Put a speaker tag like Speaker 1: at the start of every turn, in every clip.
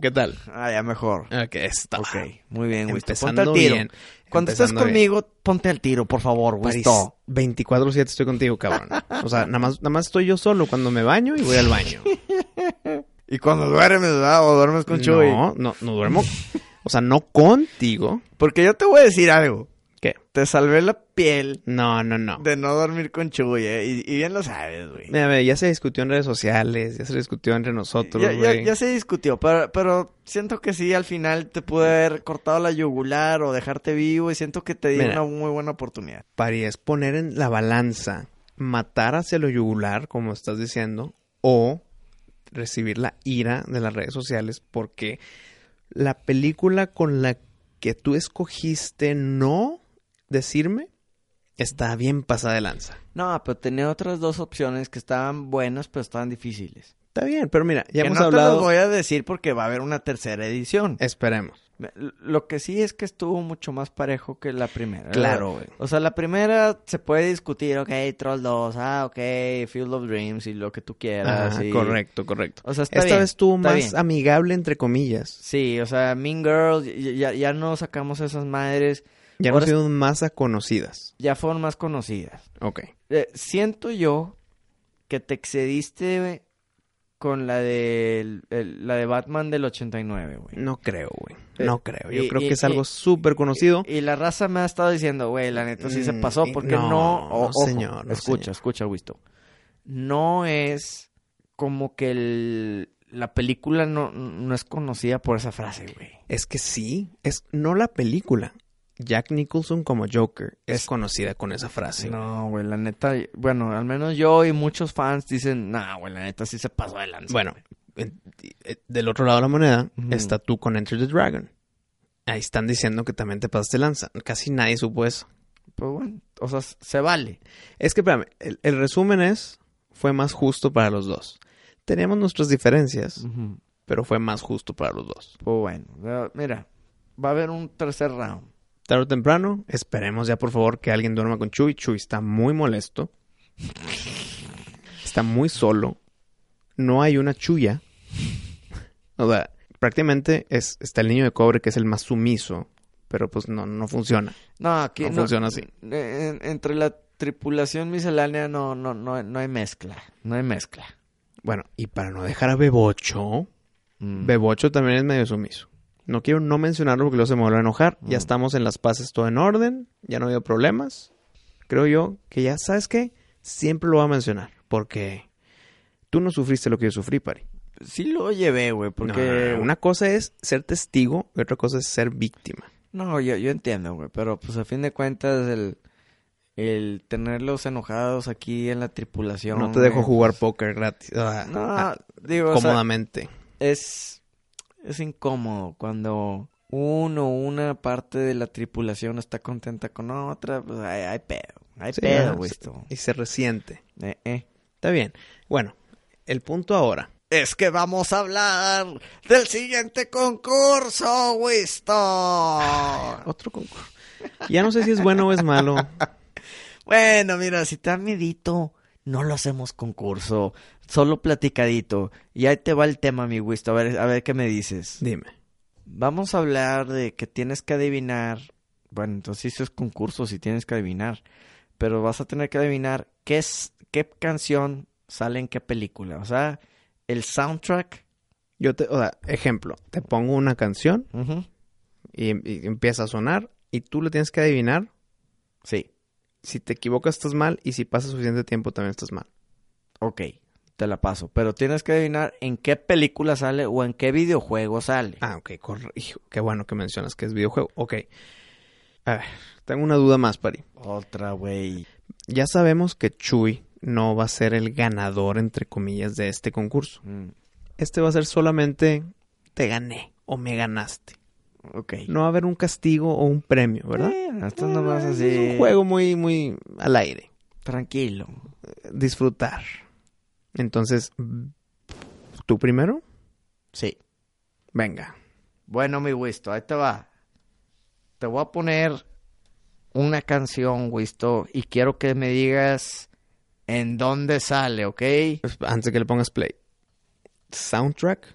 Speaker 1: ¿Qué tal?
Speaker 2: Ah, ya mejor.
Speaker 1: Ok, está.
Speaker 2: Ok, muy bien, Wisto. Ponte
Speaker 1: Empezando
Speaker 2: al tiro.
Speaker 1: bien.
Speaker 2: Cuando estás
Speaker 1: Empezando
Speaker 2: conmigo, ponte al tiro, por favor,
Speaker 1: París,
Speaker 2: Wisto.
Speaker 1: 24-7 estoy contigo, cabrón. O sea, nada más, nada más estoy yo solo cuando me baño y voy al baño.
Speaker 2: Y cuando duermes, ¿verdad? O duermes con Chuy.
Speaker 1: No, no, no duermo. O sea, no contigo.
Speaker 2: Porque yo te voy a decir algo.
Speaker 1: ¿Qué?
Speaker 2: Te salvé la piel
Speaker 1: No, no, no.
Speaker 2: de no dormir con Chuy, ¿eh? Y, y bien lo sabes, güey.
Speaker 1: Mira, mira, ya se discutió en redes sociales, ya se discutió entre nosotros,
Speaker 2: Ya, ya-
Speaker 1: güey.
Speaker 2: ya se discutió, pero, pero siento que sí, al final te pude haber cortado la yugular o dejarte vivo y siento que te di
Speaker 1: Mira.
Speaker 2: una muy buena oportunidad.
Speaker 1: Pari, es poner en la balanza matar hacia lo yugular, como estás diciendo, o recibir la ira de las redes sociales porque la película con la que tú escogiste no decirme está bien pasada de lanza.
Speaker 2: No, pero tenía otras dos opciones que estaban buenas, pero estaban difíciles.
Speaker 1: Está bien, pero mira, ya
Speaker 2: que
Speaker 1: hemos
Speaker 2: no te
Speaker 1: hablado... Eh.
Speaker 2: las voy a decir porque va a haber una tercera edición.
Speaker 1: Esperemos.
Speaker 2: Me- Lo que sí es que estuvo mucho más parejo que la primera.
Speaker 1: Claro, güey.
Speaker 2: O sea, la primera se puede discutir, ok, Troll 2, ah, ok, Field of Dreams y lo que tú quieras.
Speaker 1: Ajá,
Speaker 2: y-
Speaker 1: Correcto, correcto.
Speaker 2: O sea, está
Speaker 1: Esta
Speaker 2: bien,
Speaker 1: vez estuvo
Speaker 2: está
Speaker 1: más
Speaker 2: bien.
Speaker 1: amigable, entre comillas.
Speaker 2: Sí, o sea, Mean Girls, y- y- ya, ya no sacamos esas madres,
Speaker 1: Ya
Speaker 2: Ahora
Speaker 1: no sido más a conocidas.
Speaker 2: ya fueron más conocidas.
Speaker 1: Ok.
Speaker 2: Eh, siento yo que te excediste güey, con la de, la de Batman del 89, güey.
Speaker 1: No creo, güey.
Speaker 2: Eh,
Speaker 1: No creo. Yo
Speaker 2: y-
Speaker 1: creo
Speaker 2: y-
Speaker 1: que es
Speaker 2: y-
Speaker 1: algo súper conocido.
Speaker 2: Y la raza me ha estado diciendo, güey, la neta sí se
Speaker 1: Mm,
Speaker 2: pasó,
Speaker 1: y-
Speaker 2: porque no,
Speaker 1: no,
Speaker 2: no,
Speaker 1: no, señor, no,
Speaker 2: escucha,
Speaker 1: señor.
Speaker 2: escucha, Wisto. No es como que el- la película no, no es conocida por esa frase, güey.
Speaker 1: Es que sí, es no la película. Jack Nicholson como Joker es conocida con esa frase.
Speaker 2: No, güey, la neta, bueno, al menos yo y muchos fans dicen, nah, güey, la neta sí se pasó de lanza.
Speaker 1: Bueno,
Speaker 2: güey".
Speaker 1: en- eh, del otro lado de la moneda
Speaker 2: Ujú.
Speaker 1: está tú con Enter the Dragon. Ahí están diciendo que también te pasaste lanza. Casi nadie supo eso.
Speaker 2: Pues bueno, o sea, se vale.
Speaker 1: Es que, espérame, el, el resumen es, fue más justo para los dos. Teníamos nuestras diferencias, pero fue más justo para los dos.
Speaker 2: Pues bueno, eh, mira, va a haber un tercer round.
Speaker 1: tarde o temprano, esperemos ya por favor que alguien duerma con Chuy. Chuy está muy molesto. Está muy solo. No hay una chuya. O sea, prácticamente es, está el niño de cobre que es el más sumiso, pero pues no, no funciona.
Speaker 2: No, aquí
Speaker 1: No funciona así.
Speaker 2: eh, en- entre la tripulación miscelánea no, no, no, no hay mezcla. No hay mezcla.
Speaker 1: Bueno, y para no dejar a Bebocho,
Speaker 2: Mm.
Speaker 1: Bebocho también es medio sumiso. No quiero no mencionarlo porque luego se me vuelve a enojar. Ya
Speaker 2: Mm.
Speaker 1: estamos en las paces, todo en orden, ya no ha habido problemas. Creo yo que ya, ¿sabes qué? Siempre lo voy a mencionar porque tú no sufriste lo que yo sufrí, Pari.
Speaker 2: Sí lo llevé, güey, porque...
Speaker 1: Porque una cosa es ser testigo y otra cosa es ser víctima.
Speaker 2: No, yo, yo entiendo, güey, pero pues a fin de cuentas el, el tenerlos enojados aquí en la tripulación...
Speaker 1: No te dejo
Speaker 2: güey,
Speaker 1: jugar
Speaker 2: pues,
Speaker 1: póker gratis, ah,
Speaker 2: No,
Speaker 1: ah,
Speaker 2: digo, o sea,
Speaker 1: cómodamente.
Speaker 2: es, es incómodo cuando uno o una parte de la tripulación está contenta con otra, pues hay, hay pedo, hay
Speaker 1: Sí,
Speaker 2: pedo,
Speaker 1: ah,
Speaker 2: güey,
Speaker 1: sí.
Speaker 2: esto.
Speaker 1: Y se resiente.
Speaker 2: Eh, eh.
Speaker 1: Está bien. Bueno, el punto ahora.
Speaker 2: Es que vamos a hablar del siguiente concurso, Wisto.
Speaker 1: Otro concurso. Ya no sé si es bueno o es malo.
Speaker 2: Bueno, mira, si te da miedito, no lo hacemos concurso. solo platicadito. Y ahí te va el tema, mi Wisto. A ver, a ver qué me dices.
Speaker 1: Dime.
Speaker 2: Vamos a hablar de que tienes que adivinar. Bueno, entonces eso es concurso si tienes que adivinar. Pero vas a tener que adivinar qué es, qué canción sale en qué película. O sea, el soundtrack.
Speaker 1: Yo te, o sea, ejemplo, te pongo una canción
Speaker 2: Ujú.
Speaker 1: y, y empieza a sonar y tú le tienes que adivinar.
Speaker 2: Sí.
Speaker 1: Si te equivocas estás mal y si pasa suficiente tiempo también estás mal.
Speaker 2: Ok. Te la paso. Pero tienes que adivinar en qué película sale o en qué videojuego sale.
Speaker 1: Ah, ok, corre. Hijo, qué bueno que mencionas que es videojuego. Ok. A ver, tengo una duda más, Pari.
Speaker 2: Otra, güey.
Speaker 1: Ya sabemos que Chuy no va a ser el ganador, entre comillas, de este concurso.
Speaker 2: Mm,
Speaker 1: Este va a ser solamente te gané o me ganaste.
Speaker 2: ok.
Speaker 1: No va a haber un castigo o un premio, ¿verdad?
Speaker 2: Eh, esto nomás así.
Speaker 1: Es un juego muy, muy al aire.
Speaker 2: Tranquilo.
Speaker 1: Disfrutar. Entonces, ¿tú primero?
Speaker 2: Sí.
Speaker 1: Venga.
Speaker 2: Bueno, mi Wisto, ahí te va. Te voy a poner una canción, Wisto, y quiero que me digas en dónde sale, ¿ok?
Speaker 1: Antes que le pongas play. Soundtrack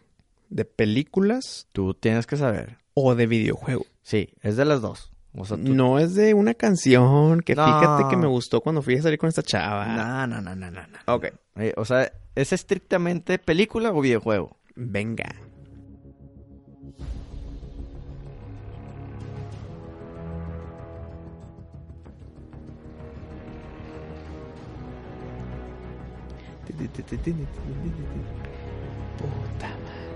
Speaker 1: de películas
Speaker 2: Tú tienes que saber.
Speaker 1: o de videojuego.
Speaker 2: Sí, es de las dos. O sea, tú...
Speaker 1: No es de una canción que
Speaker 2: No.
Speaker 1: fíjate que me gustó cuando fui a salir con esta chava.
Speaker 2: No, no, no, no, no, no.
Speaker 1: Ok.
Speaker 2: Eh, o sea, ¿es estrictamente película o videojuego?
Speaker 1: Venga. Puta madre.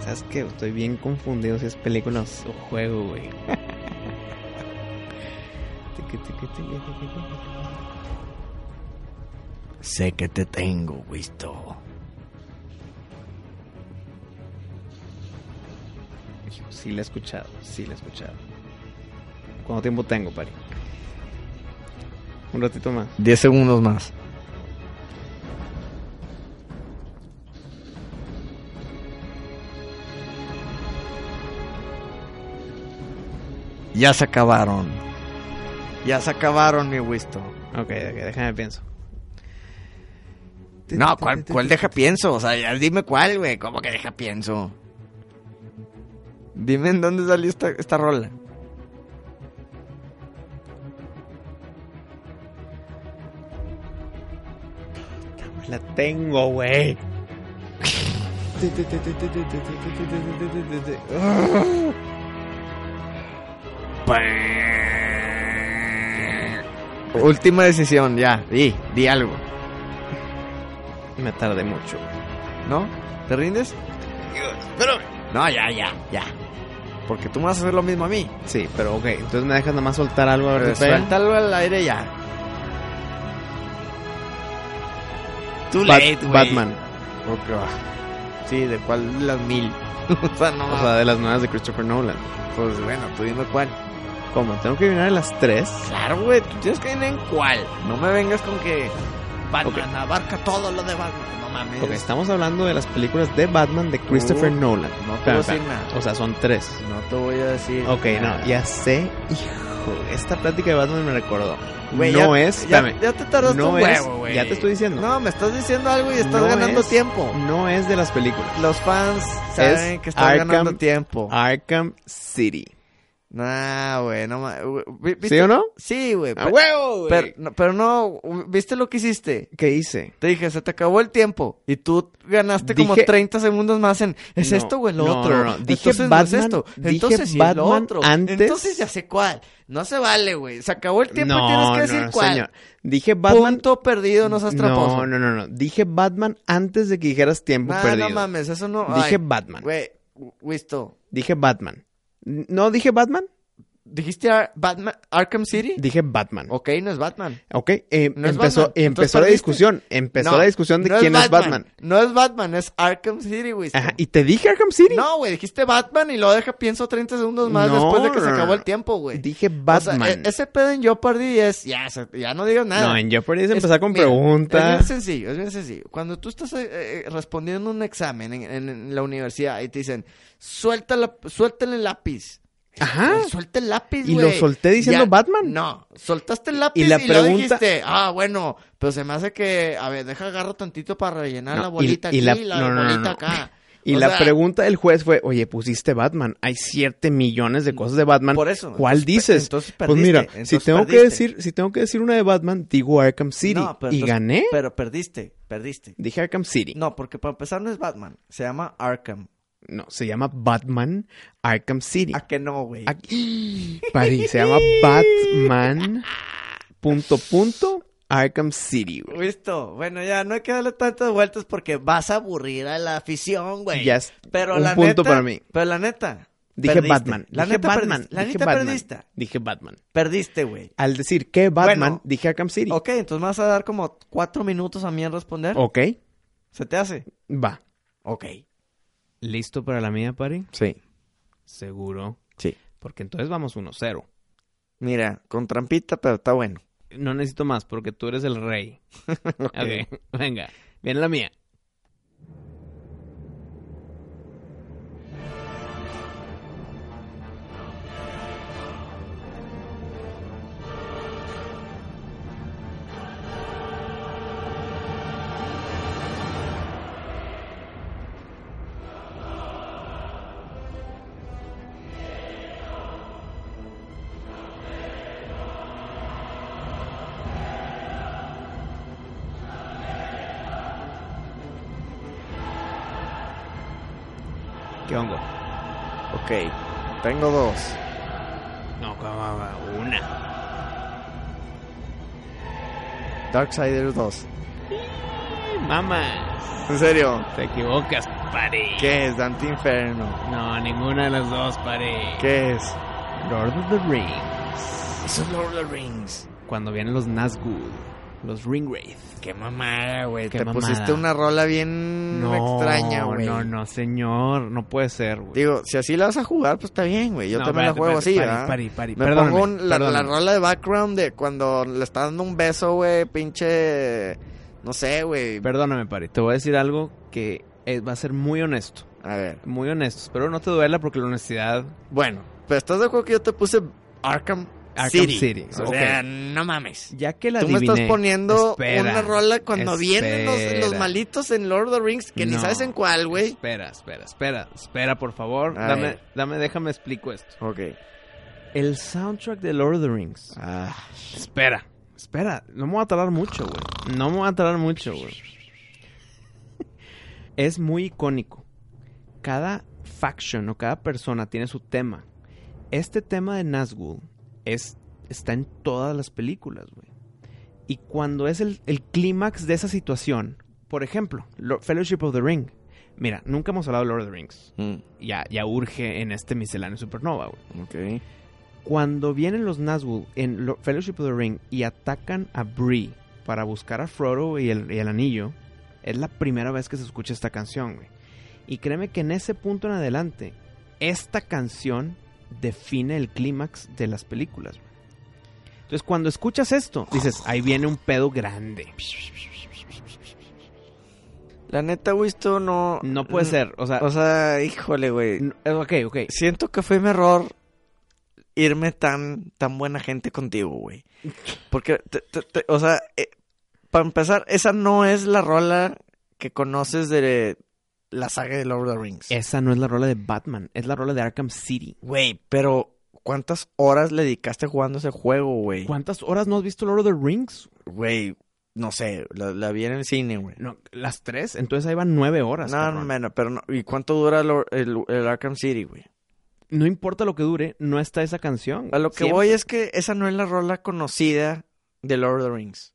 Speaker 1: ¿Sabes qué? Estoy bien confundido si es película o juego, güey. Tiqui, tiqui, tiqui, tiqui, tiqui.
Speaker 2: Sé que te tengo, Wisto.
Speaker 1: Hijo, Sí la he escuchado, sí la he escuchado. ¿Cuánto tiempo tengo, Pari? Un ratito más.
Speaker 2: Diez segundos más. Ya se acabaron. Ya se acabaron, mi Wisto.
Speaker 1: Ok, ok, déjame pienso.
Speaker 2: No, ¿cuál, cuál deja pienso? O sea, ya dime cuál, güey. ¿Cómo que deja pienso? Dime en dónde salió esta, esta rola.
Speaker 1: Pues La tengo, güey.
Speaker 2: Última decisión, ya. Di, di algo.
Speaker 1: Me tardé mucho.
Speaker 2: ¿No? ¿Te rindes? No, ya, ya, ya. Porque tú me vas a hacer lo mismo a mí.
Speaker 1: Sí, pero ok, entonces me dejas nomás soltar algo a ver. si pega?
Speaker 2: Suéltalo al aire ya. Too
Speaker 1: Bat-
Speaker 2: late, güey.
Speaker 1: Batman.
Speaker 2: Ok, ah. Sí, de cuál de las mil. o sea, no.
Speaker 1: O sea, de las nuevas de Christopher Nolan.
Speaker 2: pues bueno, tú dime cuál.
Speaker 1: ¿Cómo? ¿Tengo que adivinar a las tres?
Speaker 2: Claro, güey, tú tienes que ir en cuál. No me vengas con que Batman
Speaker 1: Ok.
Speaker 2: abarca todo lo de Batman. No mames.
Speaker 1: Ok, estamos hablando de las películas de Batman de Christopher
Speaker 2: Uh,
Speaker 1: Nolan.
Speaker 2: No te voy
Speaker 1: Espera,
Speaker 2: a
Speaker 1: espera.
Speaker 2: decir nada.
Speaker 1: O sea, son tres.
Speaker 2: No te voy a decir.
Speaker 1: Ok, no,
Speaker 2: nada.
Speaker 1: ya sé. Hijo, esta plática de Batman me recordó.
Speaker 2: Ah, Güey,
Speaker 1: no
Speaker 2: ya-
Speaker 1: es,
Speaker 2: Ya,
Speaker 1: espérame,
Speaker 2: ya te tardaste
Speaker 1: no
Speaker 2: un
Speaker 1: es,
Speaker 2: huevo, güey.
Speaker 1: ya te estoy diciendo.
Speaker 2: No, me estás diciendo algo y estás
Speaker 1: No
Speaker 2: ganando
Speaker 1: es-
Speaker 2: tiempo.
Speaker 1: no es de las películas.
Speaker 2: Los fans saben
Speaker 1: Es
Speaker 2: que estás
Speaker 1: Arkham-
Speaker 2: ganando tiempo.
Speaker 1: Arkham City.
Speaker 2: Nah, güey, no ma- güey, vi-
Speaker 1: ¿Sí
Speaker 2: ¿viste?
Speaker 1: o no?
Speaker 2: Sí, güey.
Speaker 1: ¡A
Speaker 2: pe-
Speaker 1: huevo,
Speaker 2: pero,
Speaker 1: güey!
Speaker 2: no, pero no, ¿viste lo que hiciste?
Speaker 1: ¿Qué hice?
Speaker 2: Te dije, se te acabó el tiempo. Y tú ganaste como
Speaker 1: Dije-
Speaker 2: 30 segundos más en. ¿Es
Speaker 1: No,
Speaker 2: esto o el
Speaker 1: no,
Speaker 2: otro?
Speaker 1: no, no. Dije
Speaker 2: Entonces no es
Speaker 1: Batman-
Speaker 2: esto.
Speaker 1: dije
Speaker 2: Entonces sí, el
Speaker 1: Batman
Speaker 2: otro.
Speaker 1: antes.
Speaker 2: Entonces ya sé cuál. No se vale, güey. Se acabó el tiempo y
Speaker 1: no,
Speaker 2: tienes que
Speaker 1: no,
Speaker 2: decir
Speaker 1: no,
Speaker 2: cuál.
Speaker 1: señor. Dije Batman.
Speaker 2: Punto perdido, no seas traposo.
Speaker 1: no, no, no, no. Dije Batman antes de que dijeras tiempo
Speaker 2: Nah,
Speaker 1: perdido.
Speaker 2: Ah, no mames, eso no.
Speaker 1: Dije
Speaker 2: ay,
Speaker 1: Batman.
Speaker 2: Güey, Wisto,
Speaker 1: Dije Batman. ¿No dije Batman?
Speaker 2: ¿Dijiste Ar- Batman, Arkham City?
Speaker 1: Dije Batman.
Speaker 2: ok, no es Batman.
Speaker 1: Ok, eh,
Speaker 2: No es
Speaker 1: empezó,
Speaker 2: Batman. Entonces
Speaker 1: empezó la
Speaker 2: perdiste.
Speaker 1: discusión. Empezó
Speaker 2: No,
Speaker 1: la discusión de
Speaker 2: no
Speaker 1: quién es Batman.
Speaker 2: No es Batman, es Arkham City, güey.
Speaker 1: Ajá, y te dije Arkham City.
Speaker 2: No, güey, dijiste Batman y lo deja, pienso 30 segundos más
Speaker 1: No,
Speaker 2: después de que se
Speaker 1: no,
Speaker 2: acabó
Speaker 1: no.
Speaker 2: el tiempo, güey.
Speaker 1: Dije
Speaker 2: O sea,
Speaker 1: Batman.
Speaker 2: e- ese pedo en Jeopardy es, ya, se- ya no digas nada.
Speaker 1: No, en Jeopardy es
Speaker 2: Es-
Speaker 1: empezar con
Speaker 2: mira, Es bien
Speaker 1: preguntas.
Speaker 2: sencillo, es bien sencillo. Cuando tú estás eh, eh, respondiendo un examen en, en- en la universidad y te dicen, suelta la, suéltale el lápiz.
Speaker 1: Ajá.
Speaker 2: Güey, Suelta el lápiz,
Speaker 1: Ah. Y
Speaker 2: güey.
Speaker 1: lo solté diciendo
Speaker 2: Ya-
Speaker 1: Batman.
Speaker 2: No, soltaste el lápiz y,
Speaker 1: la
Speaker 2: la
Speaker 1: pregunta-
Speaker 2: dijiste, ah, bueno, pero se me hace que, a ver, deja agarro tantito para rellenar
Speaker 1: No,
Speaker 2: la
Speaker 1: y-
Speaker 2: bolita
Speaker 1: y
Speaker 2: aquí
Speaker 1: la-
Speaker 2: y la
Speaker 1: no, no, no,
Speaker 2: bolita
Speaker 1: no.
Speaker 2: acá.
Speaker 1: Y
Speaker 2: O
Speaker 1: la
Speaker 2: sea,
Speaker 1: pregunta del juez fue, oye, pusiste Batman. Hay 7 millones de cosas de Batman.
Speaker 2: Por eso.
Speaker 1: ¿Cuál
Speaker 2: Entonces, pe-
Speaker 1: dices?
Speaker 2: entonces
Speaker 1: pues
Speaker 2: perdiste,
Speaker 1: mira, si
Speaker 2: entonces
Speaker 1: tengo que
Speaker 2: perdiste.
Speaker 1: decir, si tengo que decir una de Batman, digo Arkham City.
Speaker 2: No, pero
Speaker 1: y
Speaker 2: entonces-
Speaker 1: gané.
Speaker 2: Pero perdiste, perdiste.
Speaker 1: Dije Arkham City. No.
Speaker 2: No, porque para empezar no es Batman, se llama Arkham.
Speaker 1: se llama Batman Arkham City.
Speaker 2: ¿A que no, güey?
Speaker 1: Aquí, París, se llama Batman punto punto Arkham City, güey.
Speaker 2: Listo. Bueno, ya no hay que darle tantas vueltas porque vas a aburrir a la afición, güey.
Speaker 1: Ya es
Speaker 2: pero
Speaker 1: un
Speaker 2: la
Speaker 1: punto
Speaker 2: neta-
Speaker 1: para mí.
Speaker 2: Pero la neta.
Speaker 1: Dije
Speaker 2: perdiste.
Speaker 1: Batman.
Speaker 2: La
Speaker 1: dije
Speaker 2: neta
Speaker 1: Batman.
Speaker 2: perdiste. La
Speaker 1: dije
Speaker 2: neta
Speaker 1: Batman.
Speaker 2: perdiste.
Speaker 1: Dije Batman.
Speaker 2: Perdiste, güey.
Speaker 1: Al decir que Batman,
Speaker 2: Bueno.
Speaker 1: dije Arkham City.
Speaker 2: Ok, entonces me vas a dar como cuatro minutos a mí en responder.
Speaker 1: Ok,
Speaker 2: ¿Se te hace?
Speaker 1: va.
Speaker 2: Ok.
Speaker 1: ¿Listo para la mía, Pari?
Speaker 2: Sí.
Speaker 1: Seguro.
Speaker 2: Sí.
Speaker 1: Porque entonces vamos 1-0.
Speaker 2: Mira, con trampita, pero está bueno.
Speaker 1: No necesito más porque tú eres el rey.
Speaker 2: Ok.
Speaker 1: venga. Viene la mía. ¿Qué hongo?
Speaker 2: Ok. Tengo dos.
Speaker 1: No, va, va, una.
Speaker 2: Darksiders 2.
Speaker 1: Mamas.
Speaker 2: ¿En serio?
Speaker 1: Te equivocas, Pari.
Speaker 2: ¿Qué es Dante Inferno?
Speaker 1: No, ninguna de las dos, Pari.
Speaker 2: ¿Qué es?
Speaker 1: Lord of the Ring.
Speaker 2: Eso es Lord of the Rings.
Speaker 1: Cuando vienen los Nazgûl. Los Ringwraith.
Speaker 2: Qué mamada, güey.
Speaker 1: Qué
Speaker 2: Te
Speaker 1: mamada.
Speaker 2: pusiste una rola bien extraña, güey.
Speaker 1: No, no, señor. No puede ser, güey.
Speaker 2: Digo, si así la vas a jugar, pues está bien, güey. Yo
Speaker 1: No,
Speaker 2: también la
Speaker 1: espérate,
Speaker 2: juego así,
Speaker 1: espérate, Pari,
Speaker 2: ¿verdad?
Speaker 1: Pari, Pari,
Speaker 2: Me
Speaker 1: perdóname,
Speaker 2: pongo un- la, la
Speaker 1: perdóname.
Speaker 2: rola de background de cuando le está dando un beso, güey, pinche... No sé, güey.
Speaker 1: Perdóname, Pari. Te voy a decir algo que eh, va a ser muy honesto.
Speaker 2: A ver.
Speaker 1: Muy honesto. Espero no te duela porque la honestidad.
Speaker 2: Bueno, pero ¿estás de acuerdo que yo te puse Arkham,
Speaker 1: Arkham
Speaker 2: City?
Speaker 1: City,
Speaker 2: O
Speaker 1: ok.
Speaker 2: sea, no mames.
Speaker 1: Ya que la
Speaker 2: Tú me estás
Speaker 1: adiviné-
Speaker 2: poniendo
Speaker 1: Espera,
Speaker 2: una rola cuando vienen los,
Speaker 1: espera.
Speaker 2: los malitos en Lord of the Rings que ni
Speaker 1: No.
Speaker 2: sabes en cuál, güey.
Speaker 1: Espera, espera, espera, espera, por favor.
Speaker 2: A
Speaker 1: Dame,
Speaker 2: ver.
Speaker 1: dame, déjame explico esto.
Speaker 2: Ok.
Speaker 1: El soundtrack de Lord of the Rings.
Speaker 2: Ah,
Speaker 1: Espera, espera. No me va a tardar mucho, güey. No me va a tardar mucho, güey. es muy icónico. Cada faction o cada persona tiene su tema. Este tema de Nazgûl es, está en todas las películas, güey. Y cuando es el, el clímax de esa situación, por ejemplo, Lo- Fellowship of the Ring. Mira, nunca hemos hablado de Lord of the Rings. Ya, ya urge en este misceláneo supernova, güey
Speaker 2: Mm, ok.
Speaker 1: cuando vienen los Nazgûl en Lo- Fellowship of the Ring y atacan a Bree para buscar a Frodo y el, y el anillo, es la primera vez que se escucha esta canción, güey. Y créeme que en ese punto en adelante, esta canción define el clímax de las películas. güey. Entonces, cuando escuchas esto, dices, ahí viene un pedo grande.
Speaker 2: La neta, güey, esto no... mm.
Speaker 1: No puede ser, Mm. o sea,
Speaker 2: O sea, híjole, güey.
Speaker 1: n- eh, ok, ok.
Speaker 2: Siento que fue mi error irme tan, tan buena gente contigo, güey. Porque, te- te- te- o sea, eh, para empezar, esa no es la rola que conoces de la saga de Lord of the Rings.
Speaker 1: Esa no es la rola de Batman, es la rola de Arkham City.
Speaker 2: Güey, pero ¿cuántas horas le dedicaste jugando ese juego, güey?
Speaker 1: ¿Cuántas horas no has visto Lord of the Rings?
Speaker 2: Güey, no sé, la, la vi en el cine, güey.
Speaker 1: No, las tres, entonces ahí van nueve horas.
Speaker 2: No,
Speaker 1: cabrón.
Speaker 2: no, no, pero no. ¿Y cuánto dura lo- el, el Arkham City, güey?
Speaker 1: no importa lo que dure, no está esa canción.
Speaker 2: A lo que
Speaker 1: Siempre.
Speaker 2: voy es que esa no es la rola conocida de Lord of the Rings.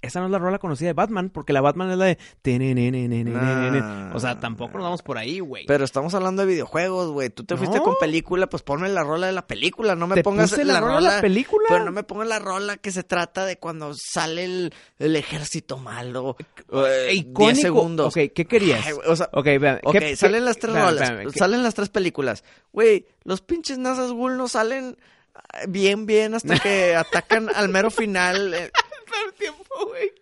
Speaker 1: Esa no es la rola conocida de Batman, porque la Batman es la de... tenenenenenenenen.
Speaker 2: Nah.
Speaker 1: O sea, tampoco nos vamos por ahí, güey.
Speaker 2: Ah. Pero estamos hablando de videojuegos, güey. Tú te
Speaker 1: No.
Speaker 2: fuiste con película, pues ponme la rola de la película. No me
Speaker 1: Te
Speaker 2: pongas
Speaker 1: puse la rola de la película.
Speaker 2: Pero no me pongas la rola que se trata de cuando sale el, el ejército malo.
Speaker 1: Eh,
Speaker 2: Eh, 10
Speaker 1: icónico.
Speaker 2: segundos.
Speaker 1: Ok, ¿qué querías?
Speaker 2: Ay, güey, o sea,
Speaker 1: ok, vean.
Speaker 2: Ok,
Speaker 1: ¿qué-
Speaker 2: salen
Speaker 1: qué-
Speaker 2: las tres
Speaker 1: espérame,
Speaker 2: rolas,
Speaker 1: espérame, ¿qué-
Speaker 2: salen las tres películas. Güey, los pinches Nazas Ghoul no salen ah, bien, bien hasta que atacan al mero final. eh,
Speaker 1: el tiempo, güey.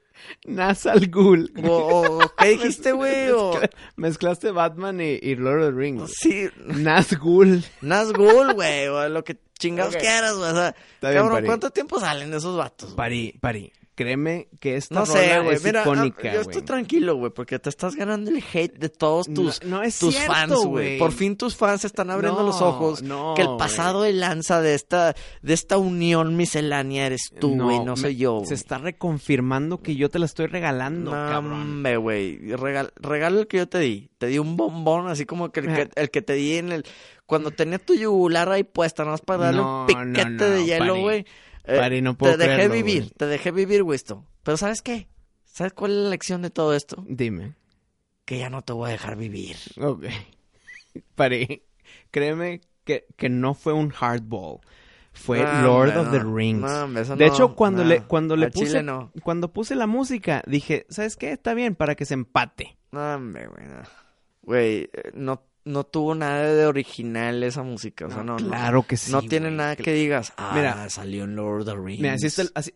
Speaker 1: Nasal Ghul.
Speaker 2: o, o- ¿Qué dijiste, güey? O-
Speaker 1: Mezcla- Mezclaste Batman y, y Lord of the Rings.
Speaker 2: Sí,
Speaker 1: Nas Ghul.
Speaker 2: Nazgul, Ghoul, güey, o lo que chingados
Speaker 1: Ok.
Speaker 2: quieras, güey. O sea,
Speaker 1: bien,
Speaker 2: cabrón,
Speaker 1: Pari.
Speaker 2: ¿cuánto tiempo salen esos vatos? güey?
Speaker 1: Pari, pari. Créeme que esta
Speaker 2: No
Speaker 1: rola
Speaker 2: sé, güey.
Speaker 1: es
Speaker 2: Mira, ah,
Speaker 1: icónica,
Speaker 2: yo
Speaker 1: güey.
Speaker 2: estoy tranquilo, güey, porque te estás ganando el hate de todos
Speaker 1: No-
Speaker 2: tus,
Speaker 1: no es
Speaker 2: tus
Speaker 1: cierto,
Speaker 2: fans,
Speaker 1: güey.
Speaker 2: güey. Por fin tus fans están abriendo
Speaker 1: No,
Speaker 2: los ojos.
Speaker 1: no,
Speaker 2: que el
Speaker 1: güey.
Speaker 2: pasado de lanza de esta, de esta unión miscelánea eres tú, güey, no,
Speaker 1: me-
Speaker 2: soy yo.
Speaker 1: Se
Speaker 2: güey.
Speaker 1: está reconfirmando que yo te la estoy regalando,
Speaker 2: No,
Speaker 1: cabrón.
Speaker 2: hombre, güey. Regal- regalo el que yo te di. Te di un bombón, así como que el que, el que te di en el. Cuando tenía tu yugular ahí puesta, nada más para darle
Speaker 1: No,
Speaker 2: un piquete
Speaker 1: no, no,
Speaker 2: de hielo,
Speaker 1: Pari.
Speaker 2: güey. Eh,
Speaker 1: Pari, no puedo
Speaker 2: Te dejé
Speaker 1: creerlo,
Speaker 2: vivir,
Speaker 1: güey.
Speaker 2: te dejé vivir, güey, esto. Pero ¿sabes qué? ¿Sabes cuál es la lección de todo esto?
Speaker 1: Dime.
Speaker 2: que ya no te voy a dejar vivir.
Speaker 1: Ok. Pari, créeme que, que no fue un hardball. Fue
Speaker 2: No,
Speaker 1: Lord
Speaker 2: hombre,
Speaker 1: of the
Speaker 2: no.
Speaker 1: Rings.
Speaker 2: No, hombre, eso
Speaker 1: de
Speaker 2: no,
Speaker 1: hecho, cuando
Speaker 2: no.
Speaker 1: le, cuando le
Speaker 2: Al
Speaker 1: puse,
Speaker 2: chile no.
Speaker 1: cuando puse la música, dije, ¿sabes qué? Está bien para que se empate.
Speaker 2: No, hombre, güey. No. Güey, eh, no, no tuvo nada de original esa música. O sea, no, no.
Speaker 1: claro que sí.
Speaker 2: no tiene
Speaker 1: güey.
Speaker 2: nada que digas. Ah,
Speaker 1: Mira.
Speaker 2: salió en Lord of the Rings.
Speaker 1: Mira, así está el- así-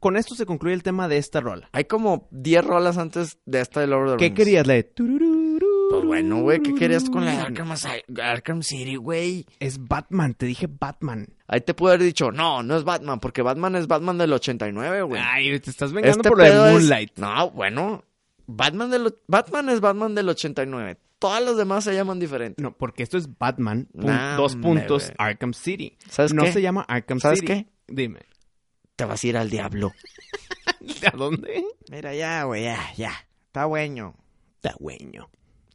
Speaker 1: Con esto se concluye el tema de esta rola.
Speaker 2: Hay como 10 rolas antes de esta de Lord of the
Speaker 1: ¿Qué
Speaker 2: Rings.
Speaker 1: querías? La de...
Speaker 2: Pues bueno, güey, ¿qué querías con la de Arkham, Asy- Arkham City, güey?
Speaker 1: Es Batman, te dije Batman.
Speaker 2: Ahí te pude haber dicho, no, no es Batman, porque Batman es Batman del 89, güey.
Speaker 1: Ay, te estás vengando por lo
Speaker 2: el
Speaker 1: de Moonlight.
Speaker 2: No, bueno. Batman, del... o- Batman es Batman del 89. Todas las demás se llaman diferente.
Speaker 1: No, porque esto es Batman, pun-
Speaker 2: Nah,
Speaker 1: dos
Speaker 2: hombre,
Speaker 1: puntos,
Speaker 2: güey.
Speaker 1: Arkham City.
Speaker 2: ¿Sabes
Speaker 1: no
Speaker 2: qué?
Speaker 1: se llama Arkham
Speaker 2: ¿Sabes
Speaker 1: City.
Speaker 2: qué?
Speaker 1: Dime.
Speaker 2: Te vas a ir al diablo.
Speaker 1: ¿A dónde?
Speaker 2: Mira, ya, güey, ya, ya. Está bueno.
Speaker 1: Tagüeño.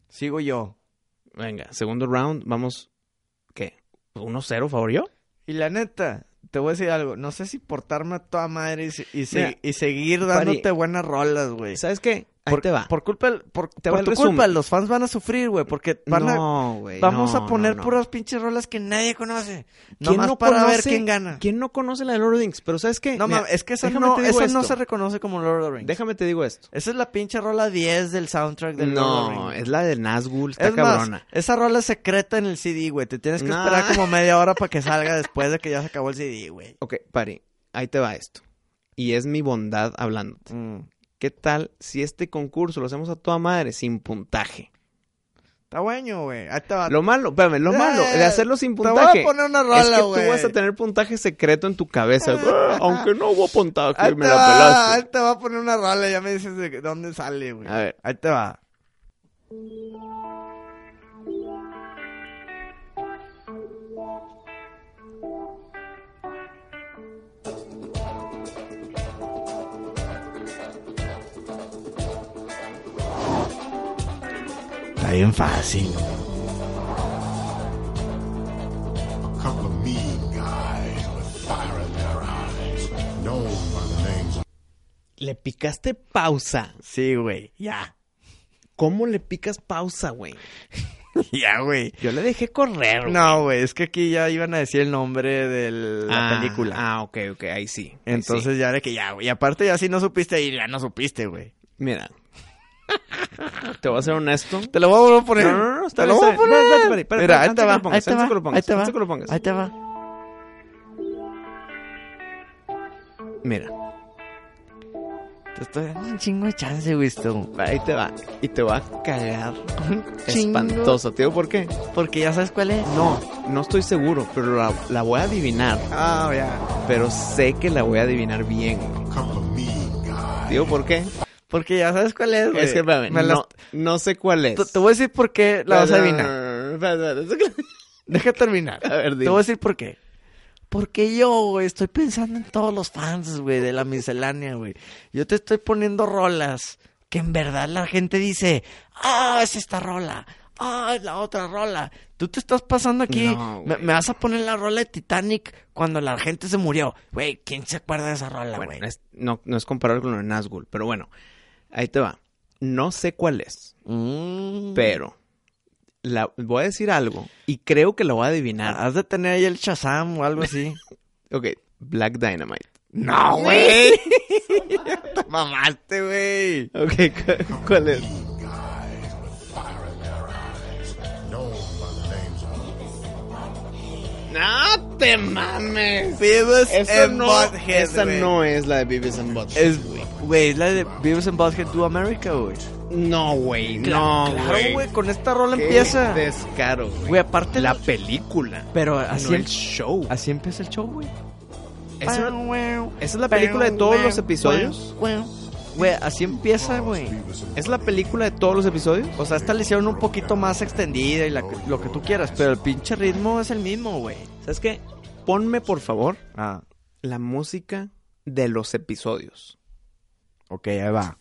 Speaker 2: Sigo yo.
Speaker 1: Venga, segundo round, vamos. ¿Qué? ¿1-0 favor yo?
Speaker 2: Y la neta, te voy a decir algo. No sé si portarme a toda madre y, se- y se-
Speaker 1: Mira,
Speaker 2: y seguir
Speaker 1: Pari.
Speaker 2: dándote buenas rolas, güey.
Speaker 1: ¿Sabes qué? Ahí
Speaker 2: Por,
Speaker 1: te va.
Speaker 2: Por culpa, del- por,
Speaker 1: Te va
Speaker 2: por
Speaker 1: el
Speaker 2: tu
Speaker 1: resumen.
Speaker 2: culpa, los fans van a sufrir, güey. Porque van a...
Speaker 1: No, güey.
Speaker 2: Vamos
Speaker 1: no,
Speaker 2: a poner
Speaker 1: no, no.
Speaker 2: puras pinches rolas que nadie conoce.
Speaker 1: ¿Quién
Speaker 2: Nomás
Speaker 1: no
Speaker 2: para ver
Speaker 1: conoce-
Speaker 2: quién gana.
Speaker 1: ¿Quién no conoce la de Lord of the Rings? Pero ¿sabes qué?
Speaker 2: No
Speaker 1: Mira,
Speaker 2: mames, es que esa,
Speaker 1: déjame
Speaker 2: no,
Speaker 1: te digo
Speaker 2: esa no
Speaker 1: esto.
Speaker 2: se reconoce como Lord of the Rings.
Speaker 1: Déjame te digo esto.
Speaker 2: Esa es la pinche rola 10 del soundtrack del Lord of the
Speaker 1: No,
Speaker 2: Rings.
Speaker 1: es la de Nazgul, está
Speaker 2: Es
Speaker 1: cabrona.
Speaker 2: más, esa rola es secreta en el CD, güey. Te tienes que
Speaker 1: Nah.
Speaker 2: esperar como media hora para que salga después de que ya se acabó el CD, güey.
Speaker 1: Ok, pari, ahí te va esto. Y es mi bondad hablándote.
Speaker 2: Mm.
Speaker 1: ¿Qué tal si este concurso lo hacemos a toda madre sin puntaje?
Speaker 2: Está bueno, güey. Ahí te va.
Speaker 1: Lo malo, espérame, lo
Speaker 2: Eh,
Speaker 1: malo de hacerlo sin
Speaker 2: te voy a
Speaker 1: puntaje.
Speaker 2: poner una
Speaker 1: es
Speaker 2: rola,
Speaker 1: que
Speaker 2: güey.
Speaker 1: tú vas a tener puntaje secreto en tu cabeza. Ah, Aunque no hubo puntaje,
Speaker 2: Ahí te
Speaker 1: me la
Speaker 2: va,
Speaker 1: pelaste. Ah.
Speaker 2: Ahí te va a poner una rola. Ya me dices de dónde sale, güey.
Speaker 1: A ver.
Speaker 2: Ahí te va. Está bien fácil.
Speaker 3: couple of mean guys with fire in their eyes, known by the names of
Speaker 1: Le picaste pausa.
Speaker 2: Sí, güey. Ya.
Speaker 1: ¿Cómo le picas pausa, güey?
Speaker 2: Ya, güey.
Speaker 1: Yo le dejé correr, güey.
Speaker 2: No, güey. Es que aquí ya iban a decir el nombre de la
Speaker 1: Ah,
Speaker 2: película.
Speaker 1: Ah, ok, ok, ahí sí. ahí
Speaker 2: Entonces ya era que ya, güey. Y aparte ya si no supiste ahí, ya no supiste, güey.
Speaker 1: sí. Mira. te voy a ser honesto.
Speaker 2: Te lo voy a volver a poner.
Speaker 1: No, no, no, está
Speaker 2: te
Speaker 1: bien,
Speaker 2: lo voy a
Speaker 1: está bien.
Speaker 2: poner.
Speaker 1: Espérate, espérate, espérate,
Speaker 2: Mira, ahí
Speaker 1: antes
Speaker 2: te
Speaker 1: que
Speaker 2: va,
Speaker 1: lo pongas,
Speaker 2: ahí te
Speaker 1: antes
Speaker 2: va,
Speaker 1: que lo pongas,
Speaker 2: ahí te
Speaker 1: antes que lo
Speaker 2: va,
Speaker 1: pongas.
Speaker 2: ahí te va.
Speaker 1: Mira.
Speaker 2: Te estoy dando un chingo de chance, güey, esto.
Speaker 1: Ahí te va. Y te va a cagar.
Speaker 2: Un chingo.
Speaker 1: Espantoso, tío. ¿Por qué?
Speaker 2: Porque ya sabes cuál es.
Speaker 1: No, no estoy seguro, pero la, la voy a adivinar.
Speaker 2: Ah, ya.
Speaker 1: Pero sé que la voy a adivinar bien. güey.
Speaker 3: couple of mean guys.
Speaker 1: Tío, ¿por qué?
Speaker 2: Porque ya sabes cuál es, güey.
Speaker 1: Es que, espérame,
Speaker 2: Me la-
Speaker 1: no, no sé cuál es.
Speaker 2: te, te voy a decir por qué la vas a adivinar.
Speaker 1: Espérate, espérate, espérate.
Speaker 2: Deja terminar.
Speaker 1: A ver,
Speaker 2: Te voy a
Speaker 1: dime.
Speaker 2: decir por qué. Porque yo, güey, estoy pensando en todos los fans, güey, de la miscelánea, güey. Yo te estoy poniendo rolas que en verdad la gente dice, ah, es esta rola. ah, es la otra rola. Tú te estás pasando aquí.
Speaker 1: No,
Speaker 2: me,
Speaker 1: güey.
Speaker 2: me vas a poner la rola de Titanic cuando la gente se murió. Güey, ¿quién se acuerda de esa rola, güey?
Speaker 1: Bueno, es- no, no es comparable con lo de Nazgul, pero bueno, ahí te va. No sé cuál es,
Speaker 2: Mm.
Speaker 1: pero la, voy a decir algo y creo que lo voy a adivinar.
Speaker 2: Has de tener ahí el Shazam o algo así.
Speaker 1: Ok, Black Dynamite. Ah,
Speaker 2: ¡No, güey! Te mamaste, güey.
Speaker 1: Ok, cu- ¿cuál es? ¡No te mames!
Speaker 2: Beavis
Speaker 1: Esa
Speaker 2: and
Speaker 1: no,
Speaker 2: Butthead,
Speaker 1: esa
Speaker 2: güey.
Speaker 1: no es la de Beavis and Butthead.
Speaker 2: Es, güey, es la de Beavis and Butthead Do America, güey.
Speaker 1: No, güey, no,
Speaker 2: Claro, güey, con esta rola
Speaker 1: Qué
Speaker 2: empieza.
Speaker 1: descaro, güey.
Speaker 2: Güey, aparte
Speaker 1: La
Speaker 2: la-
Speaker 1: película.
Speaker 2: Pero así,
Speaker 1: no
Speaker 2: em-
Speaker 1: el show.
Speaker 2: así empieza el show, güey.
Speaker 1: Es una- ¿Esa es la película de todos los episodios?
Speaker 2: Güey, así empieza, güey.
Speaker 1: ¿Es la película de todos los episodios?
Speaker 2: O sea, esta le hicieron un poquito más extendida y la que- lo que tú quieras, pero el pinche ritmo es el mismo, güey.
Speaker 1: ¿Sabes qué? Ponme, por favor,
Speaker 2: Ah,
Speaker 1: la música de los episodios.
Speaker 2: ok, ahí va.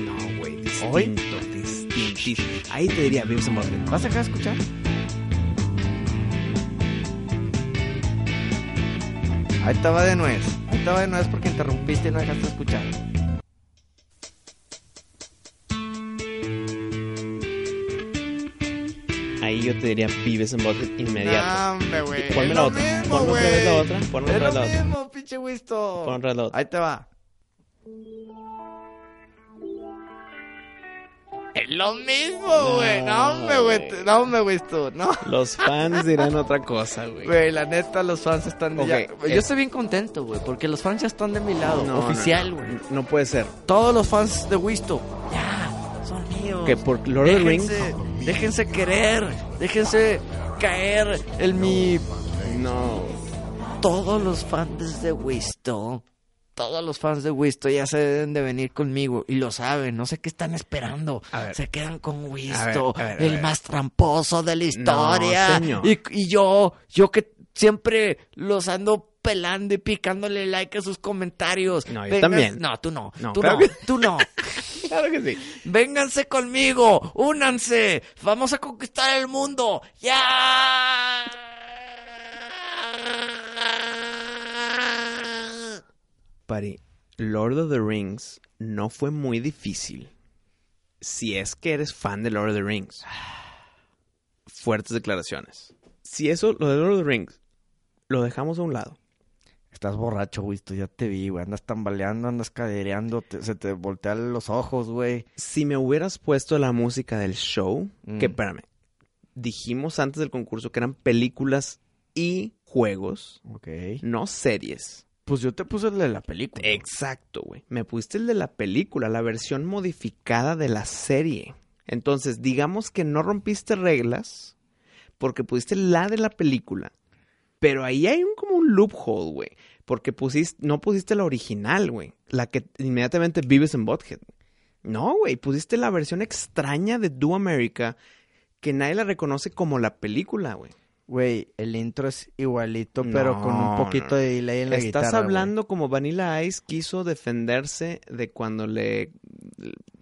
Speaker 1: No, güey.
Speaker 2: ¿Hoy?
Speaker 1: Distinto, distintísimo. Ahí te diría Beavis and Butthead.
Speaker 2: ¿Vas a dejar de escuchar? Ahí estaba de nuez. Ahí estaba de nuez porque interrumpiste y no dejaste de escuchar.
Speaker 1: Ahí yo te diría Beavis and Butthead inmediato.
Speaker 2: hombre, güey. Es
Speaker 1: Ponme la
Speaker 2: lo
Speaker 1: otra.
Speaker 2: mismo,
Speaker 1: Ponme otra vez la
Speaker 2: güey.
Speaker 1: otra. Ponme
Speaker 2: Es
Speaker 1: otra
Speaker 2: lo
Speaker 1: vez la otra.
Speaker 2: mismo, pinche Wisto.
Speaker 1: Pon otra vez la otra.
Speaker 2: Ahí te va. Es lo mismo, güey. No, hombre, güey. te- No, hombre, Wisto. No.
Speaker 1: Los fans dirán otra cosa, güey.
Speaker 2: Güey, la neta, los fans están de
Speaker 1: Ok,
Speaker 2: ya- Yo
Speaker 1: eh.
Speaker 2: estoy bien contento, güey, porque los fans ya están de mi lado.
Speaker 1: No,
Speaker 2: oficial,
Speaker 1: no,
Speaker 2: güey.
Speaker 1: no. No puede ser.
Speaker 2: Todos los fans de Wisto. Ya, son míos.
Speaker 1: Que por Lord of the Rings.
Speaker 2: déjense, déjense querer, déjense caer en mi
Speaker 1: No.
Speaker 2: todos los fans de Wisto, todos los fans de Wisto ya se deben de venir conmigo y lo saben, no sé qué están esperando.
Speaker 1: A ver.
Speaker 2: Se quedan con
Speaker 1: ver,
Speaker 2: Wisto,
Speaker 1: a ver, a
Speaker 2: el
Speaker 1: ver.
Speaker 2: más tramposo de la historia.
Speaker 1: señor.
Speaker 2: y, y yo, yo que siempre los ando pelando y picándole like a sus comentarios.
Speaker 1: No, yo también.
Speaker 2: No, tú no,
Speaker 1: No,
Speaker 2: tú
Speaker 1: claro
Speaker 2: no,
Speaker 1: que-
Speaker 2: tú no.
Speaker 1: Claro que sí.
Speaker 2: Vénganse conmigo, únanse, vamos a conquistar el mundo. Ya.
Speaker 1: Pari, Lord of the Rings no fue muy difícil. Si es que eres fan de Lord of the Rings. Fuertes declaraciones. Si eso, lo de Lord of the Rings, lo dejamos a un lado.
Speaker 2: Estás borracho, güey, tú ya te vi, güey, andas tambaleando, andas cadereando, te- se te voltean los ojos, güey.
Speaker 1: Si me hubieras puesto la música del show,
Speaker 2: Mm.
Speaker 1: que espérame, dijimos antes del concurso que eran películas y juegos,
Speaker 2: Ok.
Speaker 1: no series.
Speaker 2: Pues yo te puse el de la película.
Speaker 1: Exacto, güey. Me pusiste el de la película, la versión modificada de la serie. Entonces, digamos que no rompiste reglas porque pusiste la de la película. Pero ahí hay un, como un loophole, güey. Porque pusiste, no pusiste la original, güey. La que inmediatamente vives en Bothead. No, güey. Pusiste la versión extraña de Do America que nadie la reconoce como la película, güey.
Speaker 2: Güey, el intro es igualito,
Speaker 1: No,
Speaker 2: pero con un poquito
Speaker 1: no.
Speaker 2: de delay en la
Speaker 1: Estás
Speaker 2: guitarra. güey.
Speaker 1: hablando como Vanilla Ice quiso defenderse de cuando le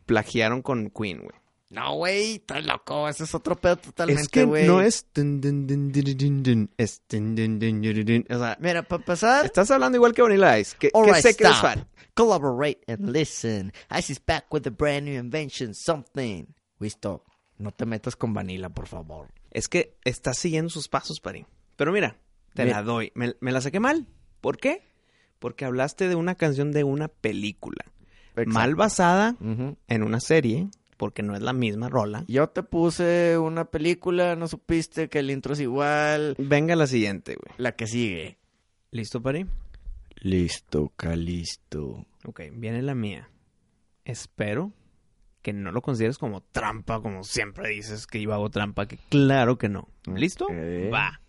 Speaker 1: plagiaron con Queen, güey.
Speaker 2: No, güey, estás loco, ese es otro pedo
Speaker 1: Es
Speaker 2: totalmente,
Speaker 1: que
Speaker 2: güey.
Speaker 1: no es... dun, dun, dun, dun, dun, dun, dun, es dun, dun, dun, dun, dun. O sea,
Speaker 2: Mira, para pasar,
Speaker 1: estás hablando igual que Vanilla Ice, que, que
Speaker 2: Alright,
Speaker 1: sé que eres
Speaker 2: stop.
Speaker 1: fan.
Speaker 2: Collaborate and listen. Ice is back with a brand new invention, something. Listo. No te metas con Vanilla, por favor.
Speaker 1: Es que estás siguiendo sus pasos, Pari. Pero mira, te
Speaker 2: Me-
Speaker 1: la doy. Me, me la saqué mal. ¿Por qué? Porque hablaste de una canción de una película. Mal basada en una serie, porque no es la misma rola.
Speaker 2: Yo te puse una película, no supiste que el intro es igual.
Speaker 1: Venga la siguiente, güey.
Speaker 2: La que sigue.
Speaker 1: ¿Listo, Pari?
Speaker 2: Listo, Calisto.
Speaker 1: Ok, viene la mía. Espero que no lo consideres como trampa, como siempre dices que yo hago trampa, que claro que no. ¿Listo?
Speaker 2: Ok.
Speaker 1: Va.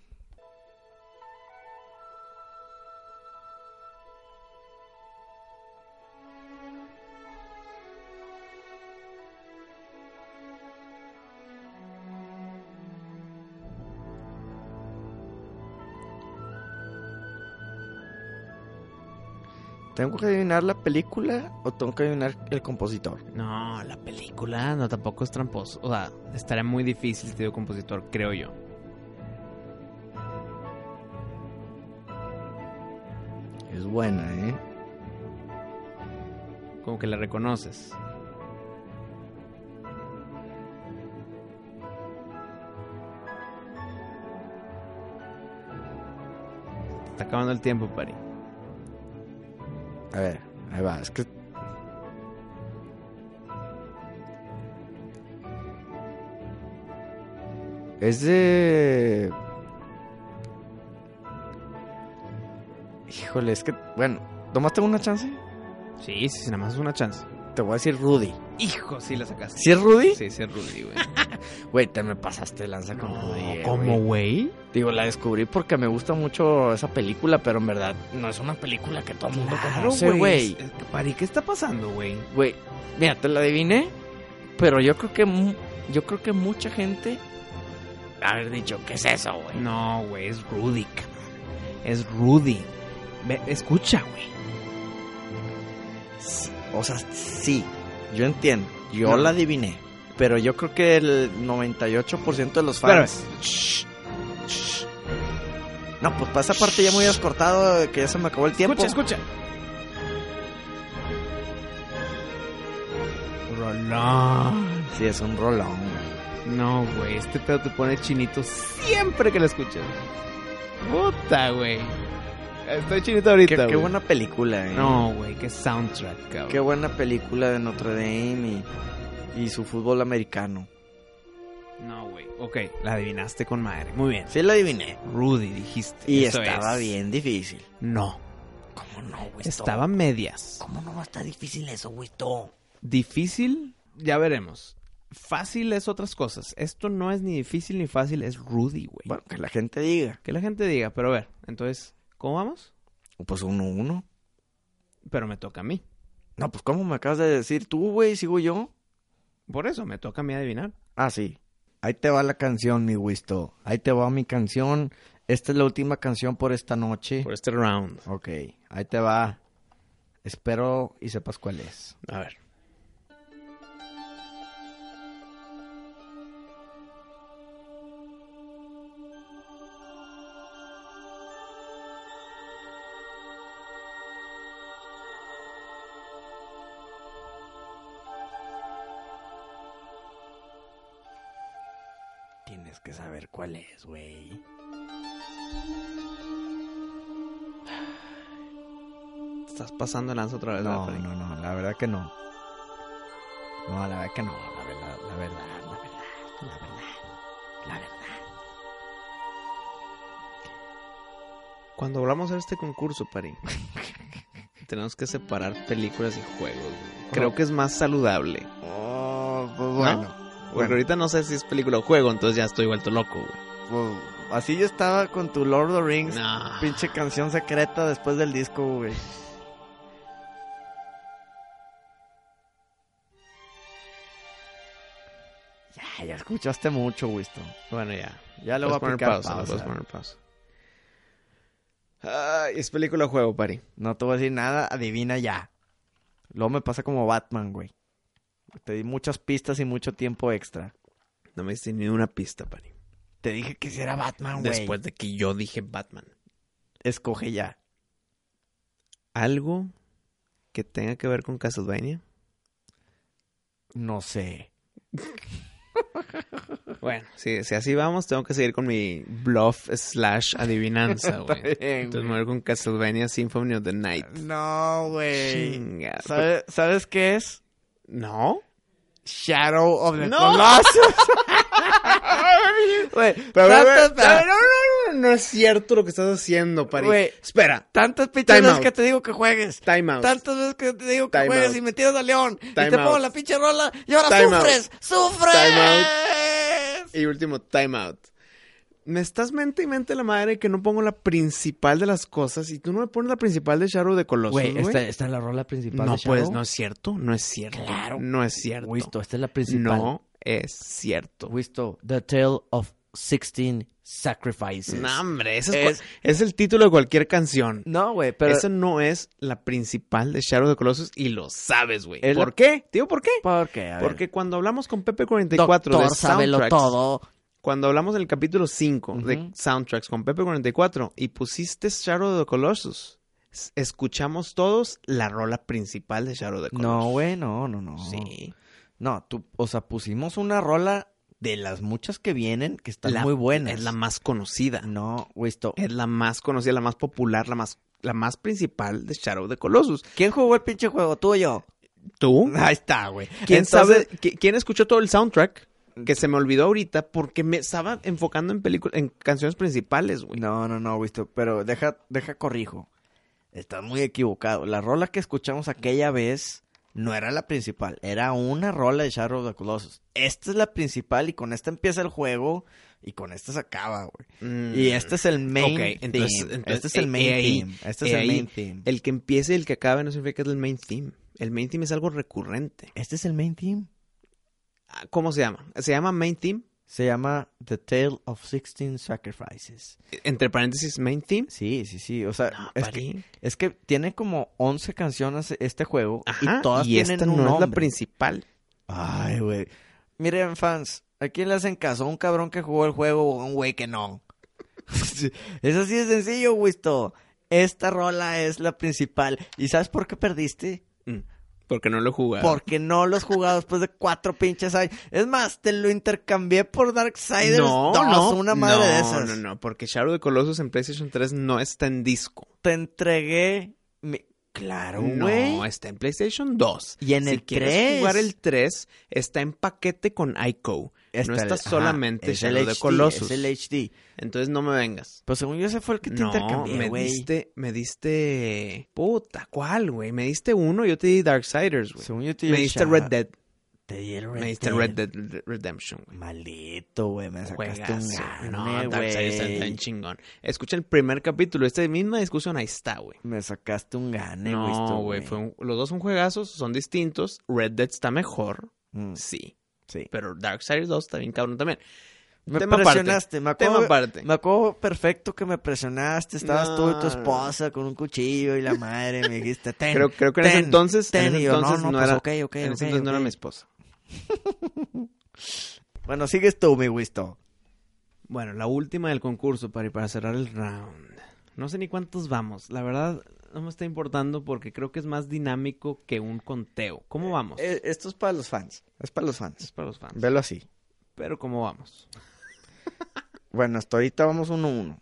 Speaker 2: ¿Tengo que adivinar la película o tengo que adivinar el compositor?
Speaker 1: No, la película no tampoco es tramposo. O sea, estaría muy difícil, tío compositor, creo yo.
Speaker 2: Es buena, ¿eh?
Speaker 1: Como que la reconoces. Se te Está acabando el tiempo, Pari.
Speaker 2: A ver, ahí va. Es que. Es de. Híjole, es que. Bueno, ¿nomás tengo una chance?
Speaker 1: Sí, sí, sí, nada más es una chance.
Speaker 2: Te voy a decir Rudy.
Speaker 1: Hijo, sí la sacaste.
Speaker 2: ¿Sí es Rudy?
Speaker 1: Sí, sí, es Rudy, güey.
Speaker 2: Güey, te me pasaste de lanza con Rudy. eh,
Speaker 1: ¿Cómo,
Speaker 2: güey.
Speaker 1: güey?
Speaker 2: Digo, la descubrí porque me gusta mucho esa película, pero en verdad no es una película que todo el mundo conoce, güey.
Speaker 1: Es- es que, Pari, ¿qué está pasando, güey?
Speaker 2: Güey, mira, te la adiviné, pero yo creo que mu- yo creo que mucha gente haber dicho, ¿qué es eso, güey?
Speaker 1: No, güey, es Rudy, cabrón. Es Rudy. Ve- escucha, güey.
Speaker 2: Sí, O sea, sí, yo entiendo, yo
Speaker 1: No.
Speaker 2: la adiviné, pero yo creo que el 98% de los
Speaker 1: Espérame.
Speaker 2: fans No, pues para esa parte ya me hubieras cortado, eh, que ya se me acabó el tiempo.
Speaker 1: Escucha, escucha. Rolón.
Speaker 2: Sí, es un rolón. güey.
Speaker 1: No, güey, este pedo te pone chinito siempre que lo escuchas. Puta, güey. Estoy chinito
Speaker 2: Qué,
Speaker 1: ahorita.
Speaker 2: qué
Speaker 1: güey.
Speaker 2: buena película, eh.
Speaker 1: No, güey, qué soundtrack, cabrón.
Speaker 2: Qué buena película de Notre Dame y, y su fútbol americano.
Speaker 1: No, güey. Ok, la adivinaste con madre. Muy bien.
Speaker 2: Sí, la adiviné.
Speaker 1: Rudy, dijiste.
Speaker 2: Y
Speaker 1: Eso
Speaker 2: estaba
Speaker 1: es.
Speaker 2: bien Pues difícil.
Speaker 1: No,
Speaker 4: ¿Cómo no, güey?
Speaker 1: estaba medias.
Speaker 4: ¿Cómo no va a estar difícil eso, güey? Todo.
Speaker 1: Difícil, ya veremos. Fácil es otras cosas. Esto no es ni difícil ni fácil, es Rudy, güey.
Speaker 2: Bueno, que la gente diga.
Speaker 1: Que la gente diga, pero a ver, entonces, ¿cómo vamos?
Speaker 2: Pues uno uno.
Speaker 1: Pero me toca a mí.
Speaker 2: No, pues ¿cómo me acabas de decir tú, güey? ¿Sigo yo?
Speaker 1: Por eso, me toca a mí adivinar.
Speaker 2: Ah, sí. Ahí te va la canción, mi Wisto. Ahí te va mi canción. Esta es la última canción por esta noche.
Speaker 1: Por este round.
Speaker 2: Ok, ahí te va. Espero y sepas cuál es.
Speaker 1: A ver.
Speaker 2: Tienes que saber cuál es, güey.
Speaker 1: Estás pasando lanza otra vez.
Speaker 2: No,
Speaker 1: ¿verdad, Freddy?
Speaker 2: no, no, la verdad que no. No, la verdad que no, la verdad, la verdad, la verdad, la verdad, la verdad.
Speaker 1: Cuando volvamos a este concurso, Pari, tenemos que separar películas y juegos. güey. Creo que es más saludable.
Speaker 2: Oh, pues
Speaker 1: bueno. Porque
Speaker 2: Bueno.
Speaker 1: ahorita no sé si es película o juego, entonces ya estoy vuelto loco, güey.
Speaker 2: así yo estaba con tu Lord of the Rings,
Speaker 1: No.
Speaker 2: pinche canción secreta después del disco, güey. Ya, ya escuchaste mucho, Winston.
Speaker 1: Bueno, ya.
Speaker 2: Ya le
Speaker 1: Puedes
Speaker 2: voy a
Speaker 1: poner
Speaker 2: picar
Speaker 1: pausa, le
Speaker 2: pausa.
Speaker 1: puedes poner pausa. Ay, es película o juego, Pari.
Speaker 2: No te voy a decir nada, adivina ya. Luego me pasa como Batman, güey. Te di muchas pistas y mucho tiempo extra.
Speaker 1: No me diste ni una pista, Pari.
Speaker 2: Te dije que si era Batman, Ah, güey.
Speaker 1: Después de que yo dije Batman.
Speaker 2: Escoge ya.
Speaker 1: ¿Algo que tenga que ver con Castlevania?
Speaker 2: No sé.
Speaker 1: Bueno, sí, si así vamos, tengo que seguir con mi bluff slash adivinanza, güey. Entonces me voy con Castlevania Symphony of the Night.
Speaker 2: No, güey.
Speaker 1: Chinga.
Speaker 2: ¿Sabe- ¿Sabes qué es?
Speaker 1: ¿No?
Speaker 2: Shadow of the
Speaker 1: No.
Speaker 2: Colossus. Güey,
Speaker 1: Pero, a ver,
Speaker 2: tantas-
Speaker 1: a ver, no, no, no, no es cierto lo que estás haciendo, Pari.
Speaker 2: Güey.
Speaker 1: Espera.
Speaker 2: Tantas pinches
Speaker 1: Time
Speaker 2: veces
Speaker 1: out.
Speaker 2: que te digo que juegues.
Speaker 1: Time out.
Speaker 2: Tantas veces que te digo que
Speaker 1: Time
Speaker 2: juegues
Speaker 1: out.
Speaker 2: y me tiras a León. y
Speaker 1: Time
Speaker 2: te
Speaker 1: out.
Speaker 2: pongo la pinche rola y ahora
Speaker 1: Time out.
Speaker 2: sufres. ¡Sufres!
Speaker 1: Time Y último, time out. Me estás mente y mente la madre que no pongo la principal de las cosas y tú no me pones la principal de Shadow de Colossus, güey.
Speaker 5: Güey, esta, esta es la rola principal.
Speaker 1: No,
Speaker 5: de
Speaker 1: pues,
Speaker 5: Shadow.
Speaker 1: no es cierto, no es cierto.
Speaker 5: Claro.
Speaker 1: No es cierto.
Speaker 5: Wisto, esta es la principal.
Speaker 1: no es cierto.
Speaker 5: Wisto, The Tale of
Speaker 4: 16 Sacrifices.
Speaker 1: No, hombre, ese es,
Speaker 2: Es-
Speaker 1: cua- es el título de cualquier canción.
Speaker 2: No, güey, pero
Speaker 1: Esa no es la principal de Shadow of the Colossus y lo sabes, güey.
Speaker 2: Es la-
Speaker 1: ¿Por qué? Tío, ¿por qué?
Speaker 2: ¿por qué? A ver.
Speaker 1: Porque cuando hablamos con Pepe44 de
Speaker 4: Doctor, sábelo
Speaker 1: soundtracks,
Speaker 4: todo.
Speaker 1: cuando hablamos del capítulo 5 de
Speaker 2: Ujú.
Speaker 1: soundtracks con Pepe44 y pusiste Shadow of the Colossus, s- escuchamos todos la rola principal de Shadow of the Colossus.
Speaker 2: No, güey, no, no, no.
Speaker 1: Sí.
Speaker 2: No, tú, o sea, pusimos una rola de las muchas que vienen que están
Speaker 1: La-
Speaker 2: muy buenas.
Speaker 1: Es la más conocida.
Speaker 2: No, güey, esto.
Speaker 1: Es la más conocida, la más popular, la más, la más principal de Shadow of the Colossus.
Speaker 2: ¿Quién jugó el pinche juego? ¿Tú o yo?
Speaker 1: ¿Tú?
Speaker 2: Ahí está, güey.
Speaker 1: ¿Quién
Speaker 2: Entonces,
Speaker 1: sabe? qui- ¿Quién escuchó todo el soundtrack? Que se me olvidó ahorita porque me estaba enfocando en películas, en canciones principales, güey.
Speaker 2: No, no, no, visto, pero deja, deja corrijo. Estás muy equivocado. La rola que escuchamos aquella vez no era la principal, era una rola de Shadow of the Colossus. Esta es la principal y con esta empieza el juego y con esta se acaba, güey.
Speaker 1: Mm.
Speaker 2: Y este es el main
Speaker 1: Ok, entonces-
Speaker 2: theme.
Speaker 1: entonces,
Speaker 2: este es el
Speaker 1: eh,
Speaker 2: main
Speaker 1: eh, ahí,
Speaker 2: theme. Este es
Speaker 1: eh,
Speaker 2: el
Speaker 1: ahí,
Speaker 2: main theme.
Speaker 1: El que empiece y el que acabe no significa que es el main theme. El main theme es algo recurrente.
Speaker 2: Este es el main theme.
Speaker 1: Ah, ¿Cómo se llama? ¿Se llama main theme?
Speaker 2: Se llama The Tale of 16 Sacrifices.
Speaker 1: Entre paréntesis, main theme.
Speaker 2: Sí, sí, sí. O sea,
Speaker 1: No,
Speaker 2: es, que,
Speaker 1: parín.
Speaker 2: es que tiene como 11 canciones este juego
Speaker 1: Ajá,
Speaker 2: y todas tienen
Speaker 1: esta
Speaker 2: un
Speaker 1: no es la
Speaker 2: nombre.
Speaker 1: principal.
Speaker 2: Ay, güey. Miren, fans, ¿a quién le hacen caso? ¿A un cabrón que jugó el juego o a un güey que no? es así de sencillo, Wisto. Esta rola es la principal. ¿Y sabes por qué perdiste?
Speaker 1: Porque no lo jugaron.
Speaker 2: Porque no lo has jugado después de cuatro pinches años. Es más, te lo intercambié por Darksiders
Speaker 1: no,
Speaker 2: 2,
Speaker 1: no,
Speaker 2: una madre
Speaker 1: no,
Speaker 2: de esas.
Speaker 1: No, no, porque Shadow de Colossus en PlayStation 3 no está en disco.
Speaker 2: Te entregué mi... Claro, güey.
Speaker 1: No, está en PlayStation 2.
Speaker 2: Y en
Speaker 1: si
Speaker 2: el
Speaker 1: quieres
Speaker 2: 3.
Speaker 1: jugar el 3, está en paquete con iCo. no
Speaker 2: Está
Speaker 1: está
Speaker 2: el- ajá,
Speaker 1: solamente
Speaker 2: es el
Speaker 1: Shadow de
Speaker 2: HD, Es
Speaker 1: Colossus.
Speaker 2: el HD.
Speaker 1: Entonces no me vengas.
Speaker 2: Pues según yo ese fue el que te
Speaker 1: no,
Speaker 2: intercambié,
Speaker 1: me
Speaker 2: güey.
Speaker 1: diste, me diste... Puta, ¿cuál, güey? Me diste uno y yo te di Darksiders, güey.
Speaker 2: Según yo te di
Speaker 1: Me
Speaker 2: el
Speaker 1: diste
Speaker 2: Shadow.
Speaker 1: Red Dead.
Speaker 2: Te di el Red
Speaker 1: Me diste
Speaker 2: Dead.
Speaker 1: Red Dead Red- Redemption, güey.
Speaker 2: Maldito, güey. Me sacaste
Speaker 1: Juegazo.
Speaker 2: un
Speaker 1: No,
Speaker 2: gane,
Speaker 1: Darksiders está tan
Speaker 2: güey.
Speaker 1: chingón. Escucha el primer capítulo. Esta misma discusión ahí está, güey.
Speaker 2: Me sacaste un gane, güey. esto,
Speaker 1: No, güey. fue un- Los dos son juegazos, son distintos. Red Dead está mejor,
Speaker 2: Mm,
Speaker 1: sí.
Speaker 2: Sí.
Speaker 1: Pero Darksiders 2 está bien cabrón también.
Speaker 2: Me
Speaker 1: Tema aparte.
Speaker 2: presionaste. Me acuerdo,
Speaker 1: Tema aparte.
Speaker 2: me acuerdo perfecto que me presionaste. Estabas tú y
Speaker 1: No,
Speaker 2: tu
Speaker 1: Este. no.
Speaker 2: esposa con un cuchillo y la madre me dijiste, ten,
Speaker 1: Creo, creo que en ese
Speaker 2: ten,
Speaker 1: entonces, en
Speaker 2: ten.
Speaker 1: ese
Speaker 2: Y yo,
Speaker 1: entonces no,
Speaker 2: no, no, pues,
Speaker 1: era,
Speaker 2: ok, ok,
Speaker 1: en ese
Speaker 2: ok,
Speaker 1: entonces no era
Speaker 2: ok.
Speaker 1: mi esposa.
Speaker 2: Bueno, sigues tú, mi Wisto.
Speaker 1: Bueno, la última del concurso para, para cerrar el round. No sé ni cuántos vamos. La verdad, no me está importando porque creo que es más dinámico que un conteo. ¿Cómo vamos?
Speaker 2: Eh, esto es para los fans. Es para los
Speaker 1: es
Speaker 2: fans.
Speaker 1: para los fans.
Speaker 2: Velo así.
Speaker 1: Pero ¿cómo vamos?
Speaker 2: Bueno, hasta ahorita vamos uno a uno.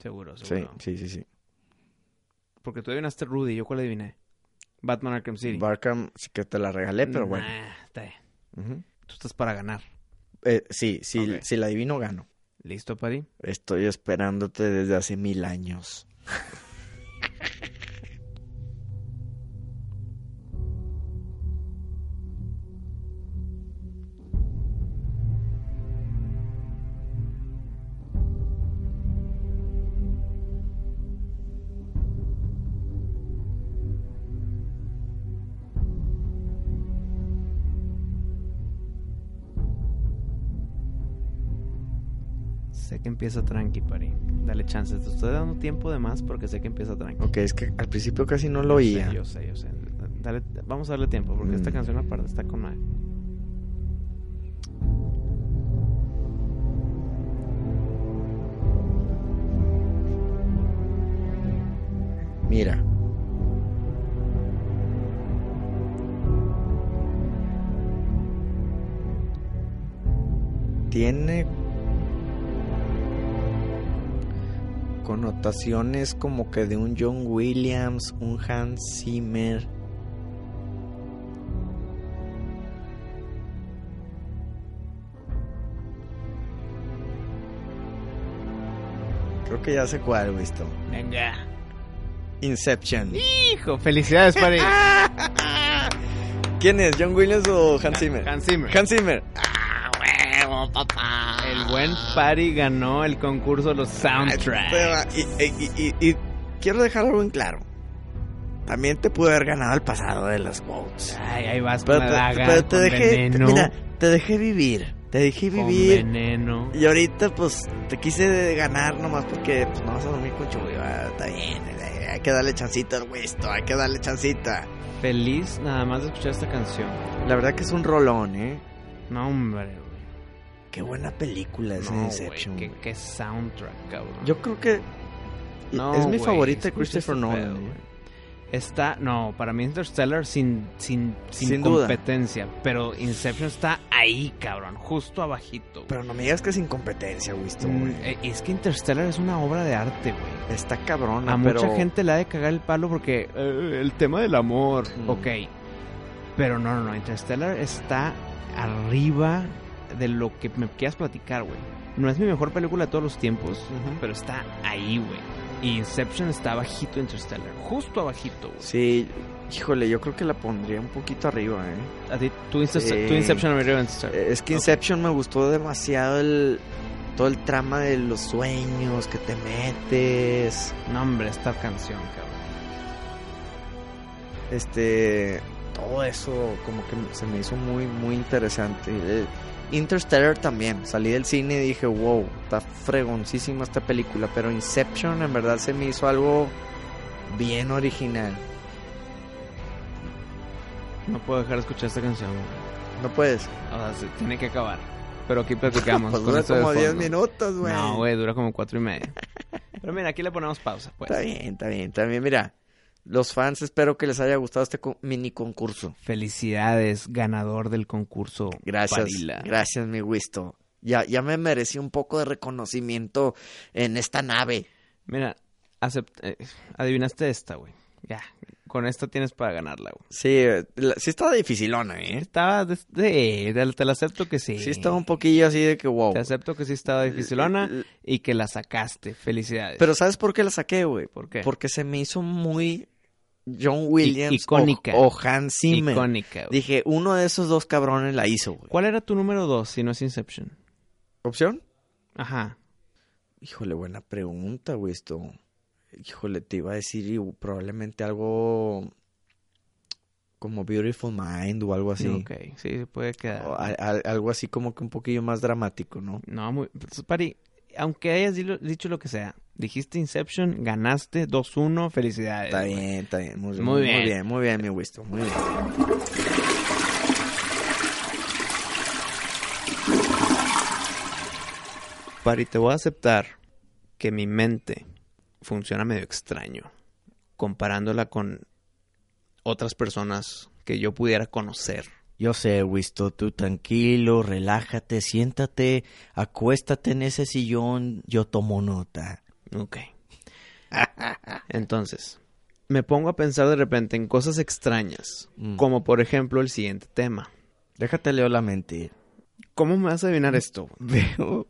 Speaker 1: Seguro,
Speaker 2: Sí,
Speaker 1: seguro.
Speaker 2: sí, sí, sí.
Speaker 1: Porque tú adivinaste Rudy, ¿yo cuál adiviné? Batman Arkham City.
Speaker 2: Barkham sí que te la regalé, pero bueno.
Speaker 1: Nah, está bien.
Speaker 2: Ujú.
Speaker 1: Tú estás para ganar.
Speaker 2: Eh, sí, sí,
Speaker 1: Ok.
Speaker 2: si la adivino, gano.
Speaker 1: ¿Listo, Pari?
Speaker 2: Estoy esperándote desde hace mil años.
Speaker 1: Sé que empieza tranqui, Pari. Dale chance. Te estoy dando tiempo de más porque sé que empieza tranqui.
Speaker 2: Ok, es que al principio casi no lo
Speaker 1: Yo sé,
Speaker 2: oía.
Speaker 1: Yo sé, yo sé. Dale- vamos a darle tiempo porque esta
Speaker 2: Mm.
Speaker 1: canción aparte está con madre.
Speaker 2: Mira. Tiene connotaciones como que de un John Williams, un Hans Zimmer. Creo que ya sé cuál, visto.
Speaker 1: Venga.
Speaker 2: Inception.
Speaker 1: Hijo, felicidades, Pari.
Speaker 2: Ah, ¿Quién es? ¿John Williams o Hans Zimmer?
Speaker 1: Hans Zimmer.
Speaker 2: Hans Ah, Zimmer.
Speaker 1: El buen Pari ganó el concurso de los
Speaker 2: Te
Speaker 1: soundtracks.
Speaker 2: pues, va- Y, y- y- y- y quiero dejar algo en claro. También te pude haber ganado el pasado de las votes.
Speaker 1: Ay, ahí vas con
Speaker 2: Pero
Speaker 1: la
Speaker 2: te,
Speaker 1: daga,
Speaker 2: pero te
Speaker 1: con
Speaker 2: dejé, te-
Speaker 1: veneno.
Speaker 2: mira, te dejé vivir. Te dije
Speaker 1: Con
Speaker 2: vivir.
Speaker 1: veneno.
Speaker 2: Y ahorita, pues, te quise de- ganar nomás porque pues, no vas a dormir con Chuy. Ah, está bien, eh, hay que darle chancita al güey esto, hay que darle chancita.
Speaker 1: Feliz nada más de escuchar esta canción.
Speaker 2: La verdad que es un rolón, ¿eh?
Speaker 1: No, hombre, güey.
Speaker 2: Qué buena película es
Speaker 1: No, güey,
Speaker 2: Inception.
Speaker 1: qué,
Speaker 2: güey.
Speaker 1: qué soundtrack, cabrón.
Speaker 2: Yo creo que
Speaker 1: No,
Speaker 2: es mi
Speaker 1: güey,
Speaker 2: favorita de
Speaker 1: escucha
Speaker 2: Christopher
Speaker 1: este
Speaker 2: Nolan. eh.
Speaker 1: pedo,
Speaker 2: güey.
Speaker 1: güey. Está, no, para mí Interstellar sin, sin, sin,
Speaker 2: Sin duda.
Speaker 1: competencia. Pero Inception está ahí, cabrón, justo abajito. güey.
Speaker 2: Pero no me digas que es incompetencia, güey. esto,
Speaker 1: Mm,
Speaker 2: güey.
Speaker 1: eh, es que Interstellar es una obra de arte, güey.
Speaker 2: Está cabrona,
Speaker 1: A
Speaker 2: Ah, pero...
Speaker 1: mucha gente le ha de cagar el palo porque eh, el tema del amor.
Speaker 2: Mm.
Speaker 1: Ok. Pero no, no, no. Interstellar está arriba de lo que me quieras platicar, güey. No es mi mejor película de todos los tiempos,
Speaker 2: Ujú.
Speaker 1: pero está ahí, güey. Y Inception está abajito de Interstellar. Justo abajito, güey.
Speaker 2: Sí, híjole, yo creo que la pondría un poquito arriba, ¿eh?
Speaker 1: A ti, tu, Ince-
Speaker 2: Sí.
Speaker 1: tu Inception arriba de Interstellar.
Speaker 2: Eh, Es que Inception me gustó demasiado el... Todo el trama de los sueños que te metes.
Speaker 1: No, hombre, esta canción, cabrón.
Speaker 2: Este... Todo eso como que se me hizo muy, muy interesante. El- Interstellar también. Salí del cine y dije, wow, está fregoncísima esta película. Pero Inception en verdad se me hizo algo bien original.
Speaker 1: No puedo dejar de escuchar esta canción, güey.
Speaker 2: No puedes.
Speaker 1: O sea, se tiene que acabar. Pero aquí platicamos.
Speaker 2: Pues
Speaker 1: con
Speaker 2: dura
Speaker 1: esto de
Speaker 2: como 10
Speaker 1: fondo.
Speaker 2: minutos, güey.
Speaker 1: No, güey, dura como cuatro y media. Pero mira, aquí le ponemos pausa, pues.
Speaker 2: Está bien, está bien, está bien. Mira, los fans espero que les haya gustado este co- mini concurso.
Speaker 1: Felicidades, ganador del concurso.
Speaker 2: Gracias.
Speaker 1: Parila.
Speaker 2: Gracias, mi Wisto. Ya, ya me merecí un poco de reconocimiento en esta nave.
Speaker 1: Mira, acept- eh, adivinaste esta, güey. Ya, con esta tienes para ganarla, güey.
Speaker 2: Sí, eh, la- sí estaba dificilona, ¿eh?
Speaker 1: Estaba, de- sí, te, te la acepto que sí.
Speaker 2: Sí estaba un poquillo así de que wow. Eh,
Speaker 1: Te acepto que sí estaba dificilona y que la sacaste. Felicidades.
Speaker 2: Pero ¿sabes por qué la saqué, güey?
Speaker 1: ¿por qué?
Speaker 2: Porque se me hizo muy John Williams
Speaker 1: I- icónica.
Speaker 2: O, o Hans Zimmer.
Speaker 1: Icónica, güey.
Speaker 2: Dije, uno de esos dos cabrones la hizo, güey.
Speaker 1: ¿Cuál era tu número dos si no es Inception?
Speaker 2: ¿Opción?
Speaker 1: Ajá.
Speaker 2: Híjole, buena pregunta, güey, esto. Híjole, te iba a decir y probablemente algo como Beautiful Mind o algo así. Oh,
Speaker 1: Ok, sí, se puede quedar.
Speaker 2: O a- a- algo así como que un poquillo más dramático, ¿no?
Speaker 1: No, muy... pues, Pari, aunque hayas dilo- dicho lo que sea, dijiste Inception, ganaste 2-1, felicidades.
Speaker 2: Está
Speaker 1: güey.
Speaker 2: bien, está bien. Muy,
Speaker 1: Muy
Speaker 2: bien.
Speaker 1: bien.
Speaker 2: Muy bien, muy bien, mi Wisto. Muy bien.
Speaker 1: Pari, te voy a aceptar que mi mente funciona medio extraño comparándola con otras personas que yo pudiera conocer.
Speaker 4: Yo sé, Wisto, tú tranquilo, relájate, siéntate, acuéstate en ese sillón, yo tomo nota.
Speaker 1: Ok. Entonces, me pongo a pensar de repente en cosas extrañas,
Speaker 2: Mm.
Speaker 1: como por ejemplo el siguiente tema.
Speaker 2: Déjate leo la mente.
Speaker 1: ¿Cómo me vas a adivinar esto?
Speaker 2: Veo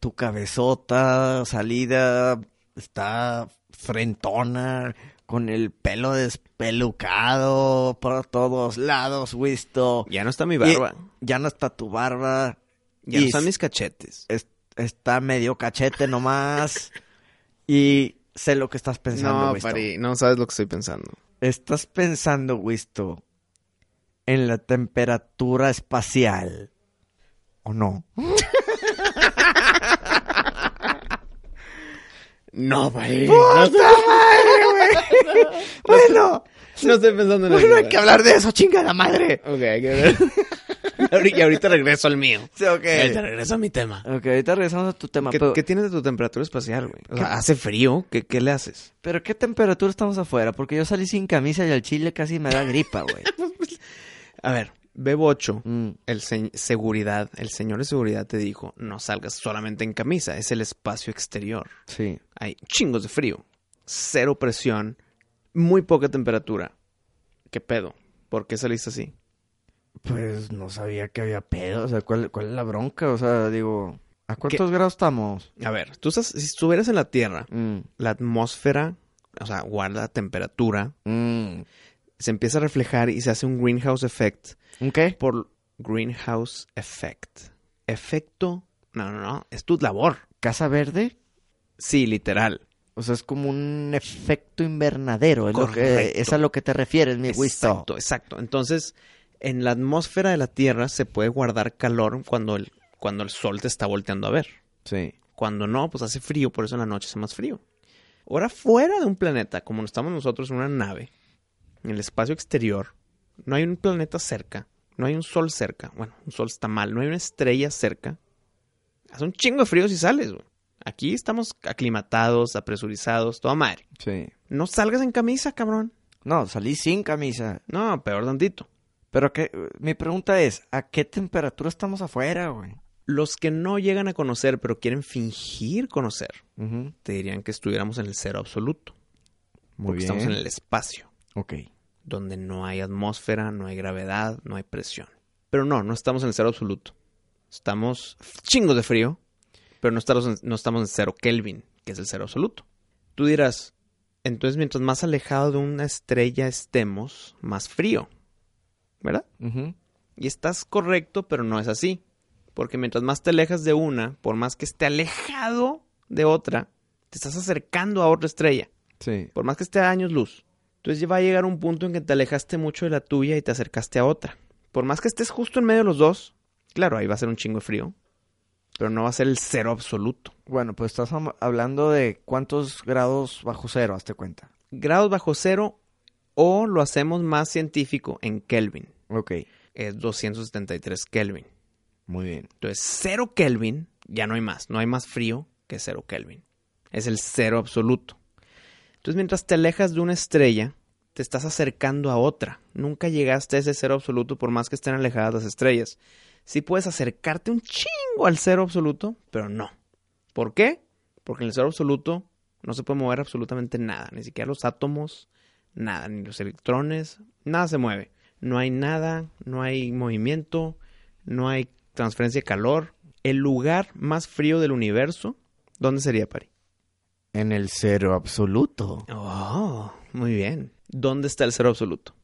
Speaker 2: tu cabezota salida, está frentona, con el pelo despelucado por todos lados, Wisto.
Speaker 1: Ya no está mi barba,
Speaker 2: Y ya no está tu barba.
Speaker 1: ya no
Speaker 2: y
Speaker 1: están
Speaker 2: s-
Speaker 1: mis cachetes.
Speaker 2: es- está medio cachete nomás. y sé lo que estás pensando,
Speaker 1: No,
Speaker 2: Wisto.
Speaker 1: Pari, no sabes lo que estoy pensando.
Speaker 2: Estás pensando, Wisto, en la temperatura espacial. ¿O no?
Speaker 1: No, Pari.
Speaker 2: Bueno,
Speaker 1: No estoy pensando en
Speaker 2: bueno,
Speaker 1: eso.
Speaker 2: hay que hablar de eso, chinga la madre.
Speaker 1: Ok, hay que ver. Ahori- Y ahorita regreso al mío.
Speaker 2: Sí, ok.
Speaker 1: Ahorita regreso a mi tema.
Speaker 2: Ok, ahorita regresamos a tu tema.
Speaker 1: ¿Qué,
Speaker 2: pero,
Speaker 1: qué tienes de tu temperatura espacial, güey? O
Speaker 2: ¿Qué?
Speaker 1: sea, ¿hace frío? ¿Qué, qué le haces?
Speaker 2: pero ¿qué temperatura estamos afuera? Porque yo salí sin camisa y al chile casi me da gripa, güey.
Speaker 1: A ver, Bebo 8,
Speaker 2: Mm,
Speaker 1: el se- seguridad, el señor de seguridad te dijo, no salgas solamente en camisa, es el espacio exterior.
Speaker 2: sí.
Speaker 1: Hay chingos de frío, cero presión, muy poca temperatura. ¿Qué pedo? ¿Por qué saliste así?
Speaker 2: Pues no sabía que había pedo. O sea, ¿cuál, cuál es la bronca? O sea, digo, ¿a cuántos grados estamos?
Speaker 1: A ver, tú estás, si estuvieras en la Tierra,
Speaker 2: Mm,
Speaker 1: la atmósfera, o sea, guarda temperatura,
Speaker 2: mm.
Speaker 1: se empieza a reflejar y se hace un greenhouse effect
Speaker 2: ¿Un qué?
Speaker 1: por greenhouse effect. Efecto, no, no, no, es tu labor.
Speaker 2: ¿Casa verde?
Speaker 1: Sí, literal.
Speaker 2: O sea, es como un efecto invernadero. Es, lo que,
Speaker 1: Correcto.
Speaker 2: es a lo que te refieres, mi Wisto.
Speaker 1: Exacto, exacto. Entonces, en la atmósfera de la Tierra se puede guardar calor cuando el cuando el sol te está volteando a ver.
Speaker 2: Sí.
Speaker 1: Cuando no, pues hace frío, por eso en la noche hace más frío. Ahora fuera de un planeta, como estamos nosotros en una nave, en el espacio exterior, no hay un planeta cerca, no hay un sol cerca, bueno, un sol está mal, no hay una estrella cerca. Hace un chingo de frío si sales, güey. Aquí estamos aclimatados, apresurizados, toda madre.
Speaker 2: Sí.
Speaker 1: No salgas en camisa, cabrón.
Speaker 2: No, salí sin camisa.
Speaker 1: No, peor tantito.
Speaker 2: Pero que, mi pregunta es, ¿a qué temperatura estamos afuera, güey?
Speaker 1: Los que no llegan a conocer, pero quieren fingir conocer,
Speaker 2: Ujú,
Speaker 1: te dirían que estuviéramos en el cero absoluto.
Speaker 2: Muy
Speaker 1: Porque
Speaker 2: bien.
Speaker 1: estamos en el espacio.
Speaker 2: Ok.
Speaker 1: donde no hay atmósfera, no hay gravedad, no hay presión. Pero no, no estamos en el cero absoluto. Estamos chingos de frío, pero no estamos en, no estamos en cero Kelvin, que es el cero absoluto. Tú dirás, entonces mientras más alejado de una estrella estemos, más frío, ¿verdad?
Speaker 2: Ujú.
Speaker 1: Y estás correcto, pero no es así. Porque mientras más te alejas de una, por más que esté alejado de otra, te estás acercando a otra estrella
Speaker 2: Sí.
Speaker 1: por más que esté a años luz. Entonces va a llegar un punto en que te alejaste mucho de la tuya y te acercaste a otra. Por más que estés justo en medio de los dos, claro, ahí va a ser un chingo de frío, pero no va a ser el cero absoluto.
Speaker 2: Bueno, pues estás am- hablando de cuántos grados bajo cero, hazte cuenta.
Speaker 1: Grados bajo cero o lo hacemos más científico en Kelvin,
Speaker 2: Ok.
Speaker 1: es 273 Kelvin.
Speaker 2: Muy bien.
Speaker 1: Entonces, cero Kelvin, ya no hay más. No hay más frío que cero Kelvin. Es el cero absoluto. Entonces, mientras te alejas de una estrella, te estás acercando a otra. Nunca llegaste a ese cero absoluto por más que estén alejadas las estrellas. Sí puedes acercarte un chingo al cero absoluto, pero no. ¿Por qué? Porque en el cero absoluto no se puede mover absolutamente nada. Ni siquiera los átomos, nada. Ni los electrones, nada se mueve. No hay nada, no hay movimiento, no hay transferencia de calor. El lugar más frío del universo, ¿dónde sería París?
Speaker 4: En el cero absoluto.
Speaker 1: Oh, muy bien. ¿Dónde está el cero absoluto?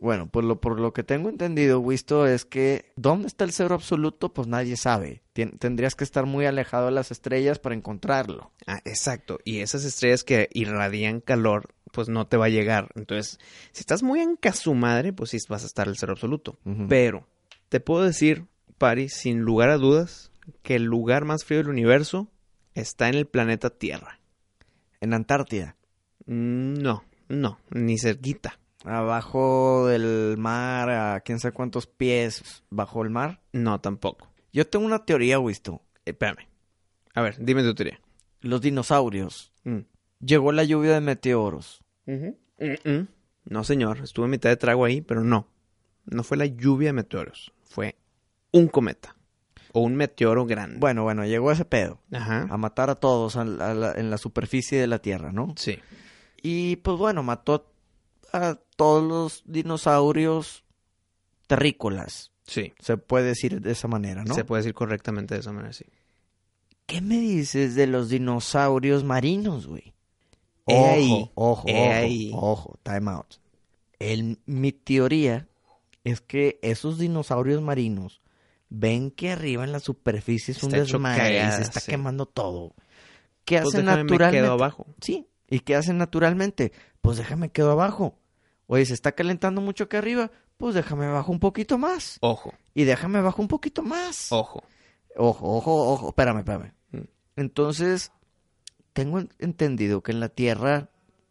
Speaker 2: Bueno, por lo, por lo que tengo entendido, Wisto, es que ¿dónde está el cero absoluto? Pues nadie sabe. Tien- tendrías que estar muy alejado de las estrellas para encontrarlo.
Speaker 1: Ah, exacto. Y esas estrellas que irradian calor, pues no te va a llegar. Entonces, si estás muy en casu madre, pues sí vas a estar el cero absoluto. Pero te puedo decir, París, sin lugar a dudas, que el lugar más frío del universo está en el planeta Tierra.
Speaker 2: En Antártida.
Speaker 1: No, no, ni cerquita.
Speaker 2: Abajo del mar, a quién sabe cuántos pies bajo el mar.
Speaker 1: No, tampoco.
Speaker 2: Yo tengo una teoría, Wisto.
Speaker 1: Espérame. A ver, dime tu teoría.
Speaker 2: Los dinosaurios.
Speaker 1: Mm.
Speaker 2: Llegó la lluvia de meteoros.
Speaker 1: Mm-mm. No, señor. Estuve en mitad de trago ahí, pero no. No fue la lluvia de meteoros. Fue un cometa. O un meteoro grande.
Speaker 2: Bueno, Ah. bueno, llegó ese pedo.
Speaker 1: Ajá.
Speaker 2: A matar a todos a la- a la- en la superficie de la Tierra, ¿no?
Speaker 1: Sí.
Speaker 2: Y pues bueno, mató a todos los dinosaurios terrícolas.
Speaker 1: Sí.
Speaker 2: Se puede decir de esa manera, ¿no?
Speaker 1: Se puede decir correctamente de esa manera, sí.
Speaker 2: ¿Qué me dices de los dinosaurios marinos, güey?
Speaker 1: He
Speaker 2: Ojo,
Speaker 1: ahí,
Speaker 2: ojo,
Speaker 1: he
Speaker 2: ojo,
Speaker 1: ahí.
Speaker 2: ojo, time out. El- mi teoría es que esos dinosaurios marinos ven que arriba en la superficie es un
Speaker 1: Está hecho
Speaker 2: desmadre y
Speaker 1: cagada,
Speaker 2: se está
Speaker 1: sí.
Speaker 2: quemando todo. ¿Qué
Speaker 1: Pues
Speaker 2: hacen
Speaker 1: déjame, me
Speaker 2: naturalmente?
Speaker 1: quedo abajo.
Speaker 2: Sí. ¿Y qué hacen naturalmente? Pues déjame quedo abajo. Oye, se está calentando mucho acá arriba. Pues déjame bajo un poquito más.
Speaker 1: Ojo,
Speaker 2: Y déjame bajo un poquito más.
Speaker 1: ojo.
Speaker 2: Ojo, ojo, ojo. Espérame, espérame.
Speaker 1: Oh. Mm.
Speaker 2: Entonces, tengo en- entendido que en la Tierra,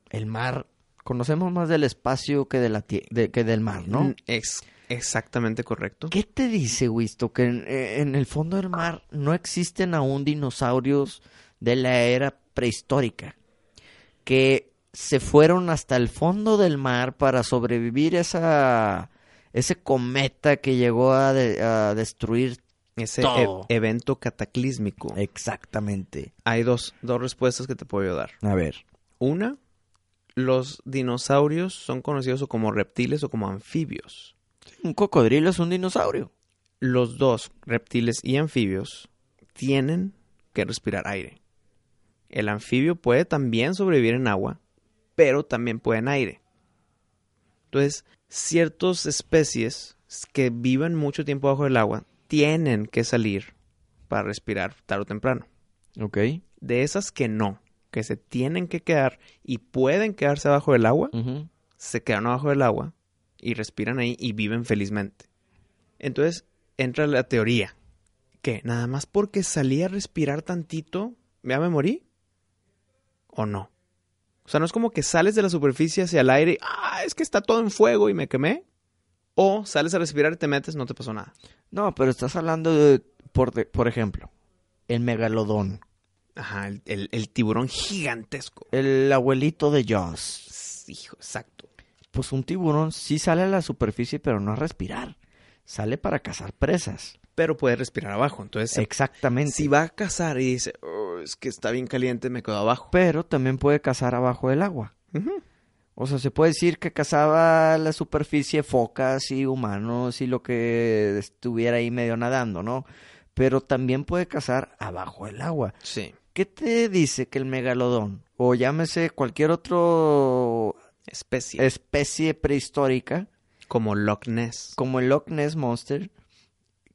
Speaker 2: el mar, conocemos más del espacio que, de la tie- de- que del mar, ¿no?
Speaker 1: Mm, Es exactamente correcto.
Speaker 2: ¿Qué te dice, Wisto, que en, eh, en el fondo del mar no existen aún dinosaurios de la era prehistórica? Que se fueron hasta el fondo del mar para sobrevivir esa, ese cometa que llegó a, de- a destruir.
Speaker 1: Ese
Speaker 2: Todo.
Speaker 1: e- evento cataclísmico.
Speaker 2: Exactamente.
Speaker 1: Hay dos, dos respuestas que te puedo dar.
Speaker 2: A ver.
Speaker 1: Una, los dinosaurios son conocidos o como reptiles o como anfibios.
Speaker 2: Un cocodrilo es un dinosaurio.
Speaker 1: los dos, reptiles y anfibios, tienen que respirar aire. El anfibio puede también sobrevivir en agua, pero también puede en aire. Entonces, ciertas especies que viven mucho tiempo bajo el agua tienen que salir para respirar tarde o temprano.
Speaker 2: Ok.
Speaker 1: De esas que no, que se tienen que quedar y pueden quedarse abajo del agua, se quedan abajo del agua y respiran ahí y viven felizmente. Entonces entra la teoría qué? ¿Nada más porque salí a respirar tantito, ya me morí? ¿O no? O sea, no es como que sales de la superficie hacia el aire y, ah, es que está todo en fuego y me quemé. O sales a respirar y te metes, no te pasó nada.
Speaker 2: No, pero estás hablando de, por, de- por ejemplo, el megalodón,
Speaker 1: Ajá, el, el- el tiburón gigantesco.
Speaker 2: el abuelito de Jaws.
Speaker 1: Sí, Hijo, exacto.
Speaker 2: Pues un tiburón sí sale a la superficie, pero no a respirar. Sale para cazar presas.
Speaker 1: Pero puede respirar abajo. Entonces, se-
Speaker 2: Exactamente.
Speaker 1: si va a cazar y dice, "Oh, es que está bien caliente, me quedo abajo.
Speaker 2: Pero también puede cazar abajo del agua.
Speaker 1: Ujú.
Speaker 2: O sea, se puede decir que cazaba a la superficie focas y humanos y lo que estuviera ahí medio nadando, ¿no? Pero también puede cazar abajo del agua.
Speaker 1: Sí.
Speaker 2: ¿Qué te dice que el megalodón, o llámese cualquier otro
Speaker 1: Especie.
Speaker 2: especie prehistórica,
Speaker 1: Como Loch Ness.
Speaker 2: como el Loch Ness Monster,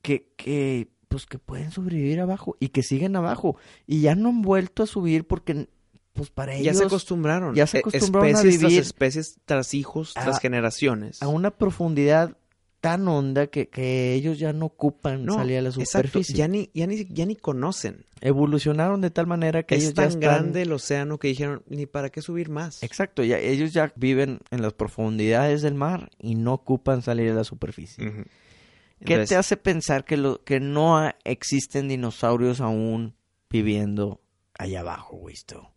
Speaker 2: que, que, pues que pueden sobrevivir abajo y que siguen abajo y ya no han vuelto a subir porque, pues para
Speaker 1: ya
Speaker 2: ellos,
Speaker 1: se acostumbraron.
Speaker 2: ya se
Speaker 1: E-
Speaker 2: acostumbraron a
Speaker 1: especies
Speaker 2: vivir-
Speaker 1: Tras especies tras hijos, tras
Speaker 2: A-
Speaker 1: generaciones.
Speaker 2: a una profundidad tan honda que, que ellos ya no ocupan
Speaker 1: No,
Speaker 2: salir a la
Speaker 1: exacto.
Speaker 2: superficie.
Speaker 1: Ya ni, ya, ni, ya ni conocen.
Speaker 2: Evolucionaron de tal manera que
Speaker 1: Es
Speaker 2: ellos ya
Speaker 1: tan
Speaker 2: están...
Speaker 1: grande el océano que dijeron, ni para qué subir más.
Speaker 2: Exacto, ya, ellos ya viven en las profundidades del mar y no ocupan salir a la superficie.
Speaker 1: Ujú.
Speaker 2: ¿Qué
Speaker 1: Mm, Entonces,
Speaker 2: te hace pensar que, lo, que no ha- existen dinosaurios aún viviendo allá abajo, Wisto?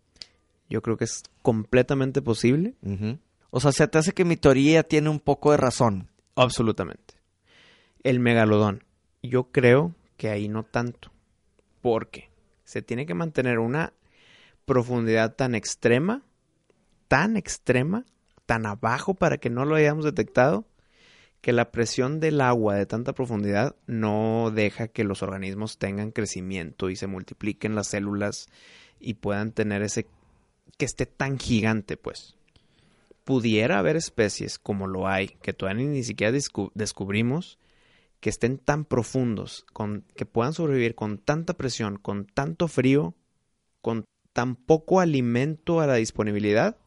Speaker 1: Yo creo que es completamente posible.
Speaker 2: O sea, se te hace que mi teoría tiene un poco de razón.
Speaker 1: Absolutamente. El megalodón. Yo creo que ahí no tanto. Porque se tiene que mantener una profundidad tan extrema, tan extrema, tan abajo para que no lo hayamos detectado, que la presión del agua de tanta profundidad no deja que los organismos tengan crecimiento y se multipliquen las células y puedan tener ese que esté tan gigante, pues pudiera haber especies como lo hay, que todavía ni siquiera descu- descubrimos, que estén tan profundos, con, que puedan sobrevivir con tanta presión, con tanto frío, con tan poco alimento a la disponibilidad.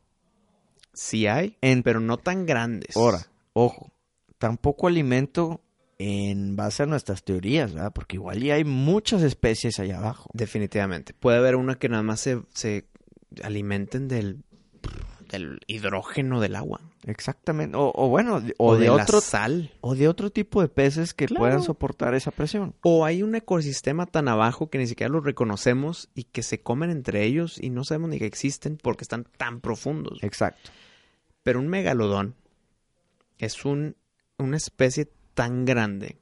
Speaker 1: Sí hay,
Speaker 2: En-
Speaker 1: pero no tan grandes.
Speaker 2: Ahora, ojo, tampoco alimento en base a nuestras teorías, ¿verdad? Porque igual ya hay muchas especies allá abajo.
Speaker 1: Definitivamente. Puede haber una que nada más se, se alimenten del, del hidrógeno del agua.
Speaker 2: Exactamente. O, o bueno, de- o, de,
Speaker 1: la
Speaker 2: otro,
Speaker 1: sal.
Speaker 2: o de otro tipo de peces que
Speaker 1: Claro.
Speaker 2: puedan soportar esa presión.
Speaker 1: O hay un ecosistema tan abajo que ni siquiera lo reconocemos y que se comen entre ellos y no sabemos ni que existen porque están tan profundos.
Speaker 2: Exacto.
Speaker 1: Pero un megalodón es un, una especie tan grande.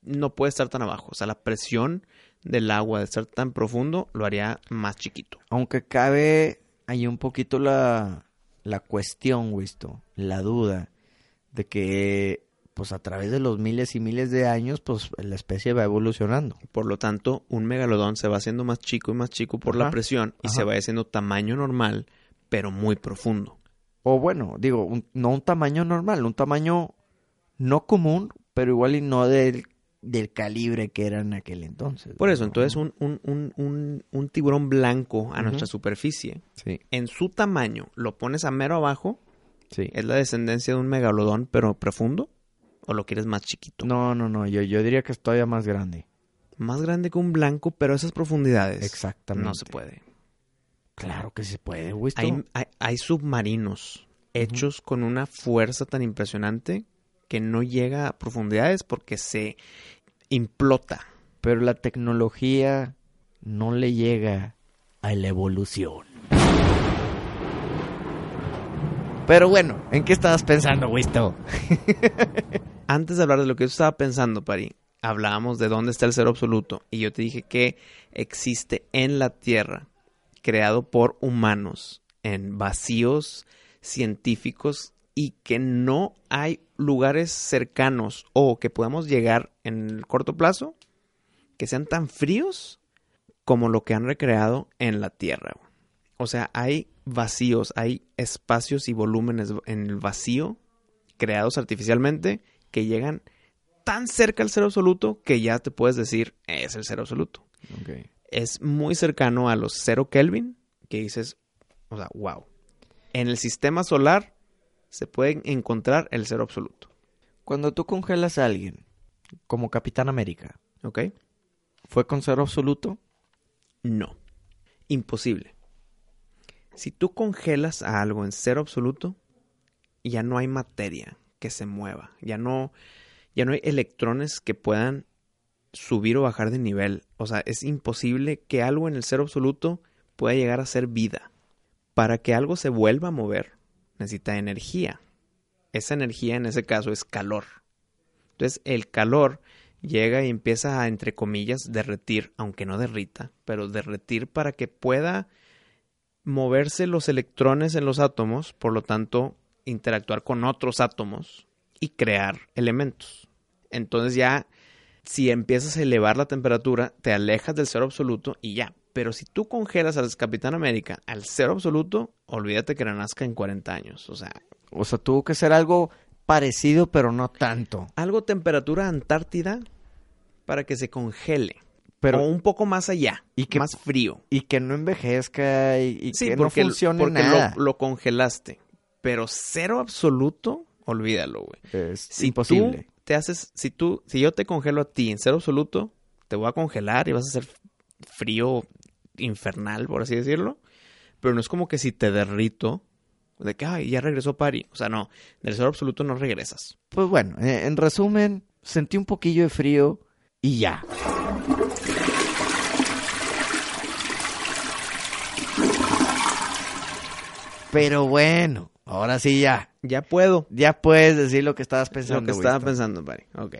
Speaker 1: No puede estar tan abajo. O sea, la presión del agua de estar tan profundo lo haría más chiquito.
Speaker 2: Aunque cabe ahí un poquito la, la cuestión, Wisto, la duda de que pues a través de los miles y miles de años, pues la especie va evolucionando.
Speaker 1: Por lo tanto, un megalodón se va haciendo más chico y más chico por la
Speaker 2: Ajá,
Speaker 1: presión y
Speaker 2: ajá.
Speaker 1: se va haciendo tamaño normal, pero muy profundo.
Speaker 2: O bueno, digo, un- no un tamaño normal, un tamaño no común, pero igual y no del, del calibre que era en aquel entonces.
Speaker 1: Por eso,
Speaker 2: ¿no?
Speaker 1: entonces, un, un- un- un- un tiburón blanco a
Speaker 2: Ujú.
Speaker 1: nuestra superficie,
Speaker 2: Sí,
Speaker 1: en su tamaño, lo pones a mero abajo,
Speaker 2: sí.
Speaker 1: es la descendencia de un megalodón, pero profundo, o lo quieres más chiquito.
Speaker 2: No, no, no, yo, yo diría que es todavía más grande.
Speaker 1: Más grande que un blanco, pero esas profundidades.
Speaker 2: Exactamente.
Speaker 1: No se puede.
Speaker 2: Claro que se puede, Wisto.
Speaker 1: Hay, hay- hay submarinos hechos con una fuerza tan impresionante que no llega a profundidades porque se implota.
Speaker 2: Pero la tecnología no le llega a la evolución. Pero bueno, ¿en qué estabas pensando, Wisto?
Speaker 1: Antes de hablar de lo que yo estaba pensando, Pari, hablábamos de dónde está el ser absoluto. Y yo te dije que existe en la Tierra, creado por humanos, en vacíos científicos y que no hay lugares cercanos o que podamos llegar en el corto plazo que sean tan fríos como lo que han recreado en la Tierra. güey. O sea, hay vacíos, hay espacios y volúmenes en el vacío creados artificialmente que llegan tan cerca al cero absoluto que ya te puedes decir es el cero absoluto. Es muy cercano a los cero Kelvin que dices, o sea, wow. En el sistema solar se pueden encontrar el cero absoluto,
Speaker 2: Cuando tú congelas a alguien, como Capitán América,
Speaker 1: ¿ok?
Speaker 2: ¿Fue con cero absoluto?
Speaker 1: No. Imposible. Si tú congelas a algo en cero absoluto, ya no hay materia que se mueva. Ya no, ya no hay electrones que puedan subir o bajar de nivel. O sea, es imposible que algo en el cero absoluto pueda llegar a ser vida. Para que algo se vuelva a mover, necesita energía. Esa energía en ese caso es calor. Entonces, el calor llega y empieza a, entre comillas, derretir, aunque no derrita, pero derretir para que pueda moverse los electrones en los átomos, por lo tanto, interactuar con otros átomos y crear elementos. Entonces ya, si empiezas a elevar la temperatura, te alejas del cero absoluto y ya. Pero si tú congelas al Capitán América al cero absoluto, olvídate que renazca en 40 años. O sea,
Speaker 2: O sea, tuvo que ser algo parecido, pero no tanto.
Speaker 1: algo temperatura antártida para que se congele.
Speaker 2: Pero
Speaker 1: o un poco más allá,
Speaker 2: Y que-
Speaker 1: más frío.
Speaker 2: y que no envejezca y, y
Speaker 1: Sí,
Speaker 2: que
Speaker 1: porque,
Speaker 2: no funcione
Speaker 1: porque
Speaker 2: nada.
Speaker 1: Lo, lo congelaste. Pero cero absoluto, olvídalo, güey.
Speaker 2: Es
Speaker 1: Si
Speaker 2: imposible.
Speaker 1: tú te haces, si tú, si yo te congelo a ti en cero absoluto, te voy a congelar y vas a ser frío infernal, por así decirlo. Pero no es como que si te derrito, de que, ay, ya regresó Pari. O sea, no, del cero absoluto no regresas.
Speaker 2: Pues bueno, eh, en resumen, sentí un poquillo de frío y ya. Pero bueno, ahora sí ya.
Speaker 1: Ya puedo.
Speaker 2: Ya puedes decir lo que estabas pensando.
Speaker 1: Lo que
Speaker 2: güey.
Speaker 1: estaba pensando, Pari. Ok.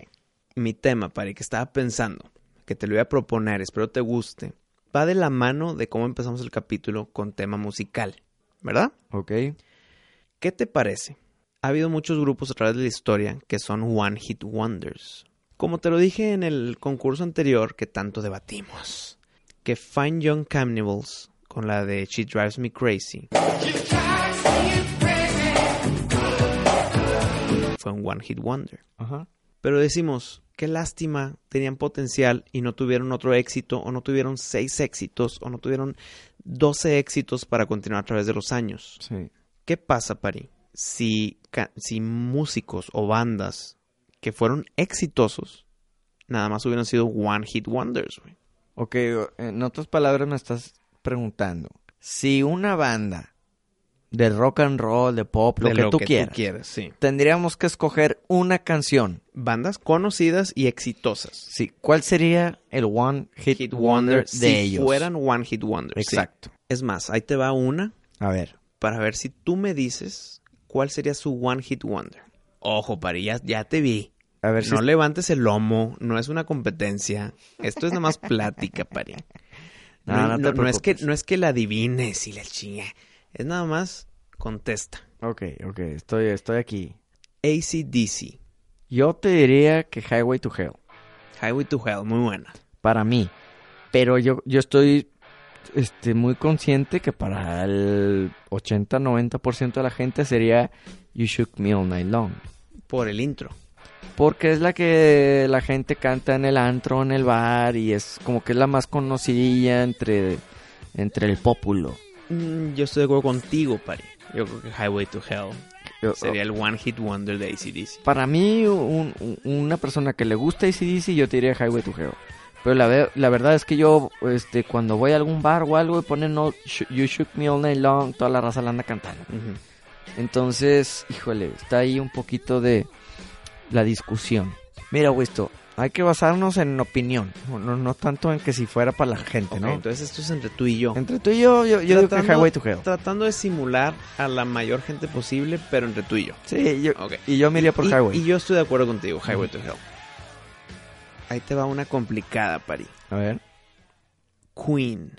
Speaker 1: Mi tema, Pari, que estaba pensando, que te lo voy a proponer, espero te guste. Va de la mano de cómo empezamos el capítulo con tema musical, ¿verdad?
Speaker 2: Ok.
Speaker 1: ¿Qué te parece? Ha habido muchos grupos a través de la historia que son One Hit Wonders. Como te lo dije en el concurso anterior que tanto debatimos, que Fine Young Cannibals, con la de She Drives Me Crazy, fue un One Hit Wonder.
Speaker 2: Ajá.
Speaker 1: Pero decimos, qué lástima, tenían potencial y no tuvieron otro éxito, o no tuvieron seis éxitos, o no tuvieron 12 éxitos para continuar a través de los años.
Speaker 2: Sí.
Speaker 1: ¿Qué pasa, Pari? Si, ca- si músicos o bandas que fueron exitosos, nada más hubieran sido One Hit Wonders, güey.
Speaker 2: Ok, o- en otras palabras me estás preguntando. Si una banda de rock and roll, de pop, lo
Speaker 1: De
Speaker 2: que, tú, quieras,
Speaker 1: sí.
Speaker 2: tendríamos que escoger una canción.
Speaker 1: Bandas conocidas y exitosas.
Speaker 2: Sí, ¿cuál sería el one hit, wonder de
Speaker 1: si
Speaker 2: ellos?
Speaker 1: fueran One Hit Wonders. sí.
Speaker 2: Exacto.
Speaker 1: Es más, ahí te va una
Speaker 2: A ver.
Speaker 1: para ver si tú me dices cuál sería su One Hit Wonder. Ojo, Pari, ya, ya te vi.
Speaker 2: A ver si
Speaker 1: no levantes el lomo, no es una competencia. Esto es nada más plática, Pari.
Speaker 2: No,
Speaker 1: No,
Speaker 2: no
Speaker 1: no,
Speaker 2: te
Speaker 1: no es que,
Speaker 2: preocupes.
Speaker 1: no es que la adivines y la chinga. Es nada más contesta.
Speaker 2: Ok, ok, estoy, estoy aquí.
Speaker 1: ACDC,
Speaker 2: Yo te diría que Highway to Hell,
Speaker 1: Highway to Hell, muy buena.
Speaker 2: para mí. Pero yo, yo estoy este, muy consciente que para el 80-90% de la gente sería You Shook Me All Night Long.
Speaker 1: Por el intro.
Speaker 2: Porque es la que la gente canta en el antro, en el bar, y es como que es la más conocida entre, entre el populo.
Speaker 1: Mm, yo estoy de acuerdo contigo, Pari. Yo creo que Highway to Hell sería el One Hit Wonder de ACDC.
Speaker 2: Para mí, un- un- una persona que le gusta ACDC, yo te diría Highway to Hell. Pero la, ve- la verdad es que yo, este, cuando voy a algún bar o algo y ponen no, Sh- You Shook Me All Night Long, toda la raza la anda cantando.
Speaker 1: Ujú.
Speaker 2: Entonces, híjole, está ahí un poquito de la discusión. Mira, Wisto, hay que basarnos en opinión, no, no tanto en que si fuera para la gente,
Speaker 1: Ok,
Speaker 2: ¿no?
Speaker 1: Entonces esto es entre tú y yo.
Speaker 2: Entre tú y yo, yo, yo digo que
Speaker 1: Tratando-
Speaker 2: Highway to Hell.
Speaker 1: Tratando de simular a la mayor gente posible, pero entre tú y yo.
Speaker 2: Sí, yo,
Speaker 1: Ok.
Speaker 2: y yo me iría por
Speaker 1: y,
Speaker 2: Highway.
Speaker 1: y yo estoy de acuerdo contigo, Highway to Hell. Ahí te va una complicada, Pari.
Speaker 2: A ver.
Speaker 1: Queen.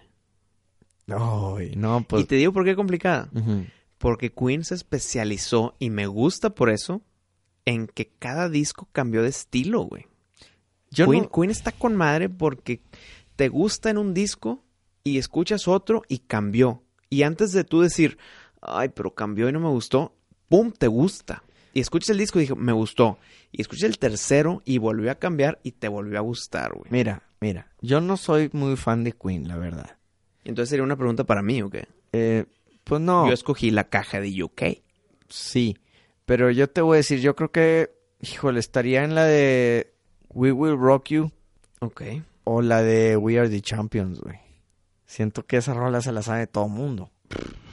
Speaker 2: Ay, no, pues...
Speaker 1: y te digo por qué complicada.
Speaker 2: Ujú.
Speaker 1: Porque Queen se especializó, y me gusta por eso, en que cada disco cambió de estilo, güey.
Speaker 2: Yo
Speaker 1: Queen,
Speaker 2: no-
Speaker 1: Queen está con madre porque te gusta en un disco y escuchas otro y cambió. Y antes de tú decir, ay, pero cambió y no me gustó, ¡pum! Te gusta. Y escuchas el disco y dije, me gustó. Y escuchas el tercero y volvió a cambiar y te volvió a gustar, güey.
Speaker 2: Mira, mira, yo no soy muy fan de Queen, la verdad.
Speaker 1: Entonces sería una pregunta para mí, ¿o qué?
Speaker 2: Eh, pues no,
Speaker 1: Yo escogí la caja de UK.
Speaker 2: sí, pero yo te voy a decir, yo creo que, híjole, estaría en la de We Will Rock You,
Speaker 1: Ok.
Speaker 2: O la de We Are the Champions, güey. Siento que esa rola se la sabe todo el mundo.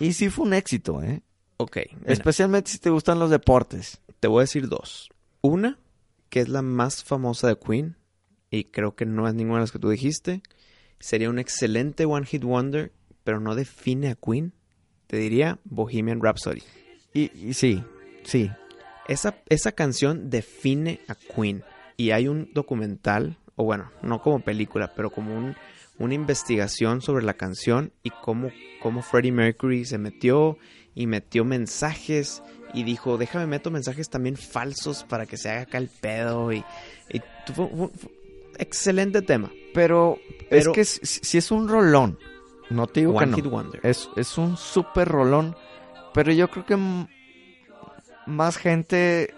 Speaker 2: Y sí fue un éxito, ¿eh?
Speaker 1: Ok. mira,
Speaker 2: Especialmente si te gustan los deportes.
Speaker 1: te voy a decir dos. Una, que es la más famosa de Queen, y creo que no es ninguna de las que tú dijiste. Sería un excelente One Hit Wonder, pero no define a Queen. Te diría Bohemian Rhapsody.
Speaker 2: Y, y sí, sí.
Speaker 1: Esa, esa canción define a Queen. Y hay un documental, o bueno, no como película, pero como un- una investigación sobre la canción y cómo, cómo Freddie Mercury se metió y metió mensajes y dijo, déjame meto mensajes también falsos para que se haga acá el pedo. Y, y tu- fu- fu- fu- excelente tema.
Speaker 2: Pero, es
Speaker 1: Pero-
Speaker 2: que si, si es un rolón. No te digo que
Speaker 1: One
Speaker 2: no. Eh,
Speaker 1: Hit Wonder.
Speaker 2: Es, es un súper rolón. Pero yo creo que m- más gente.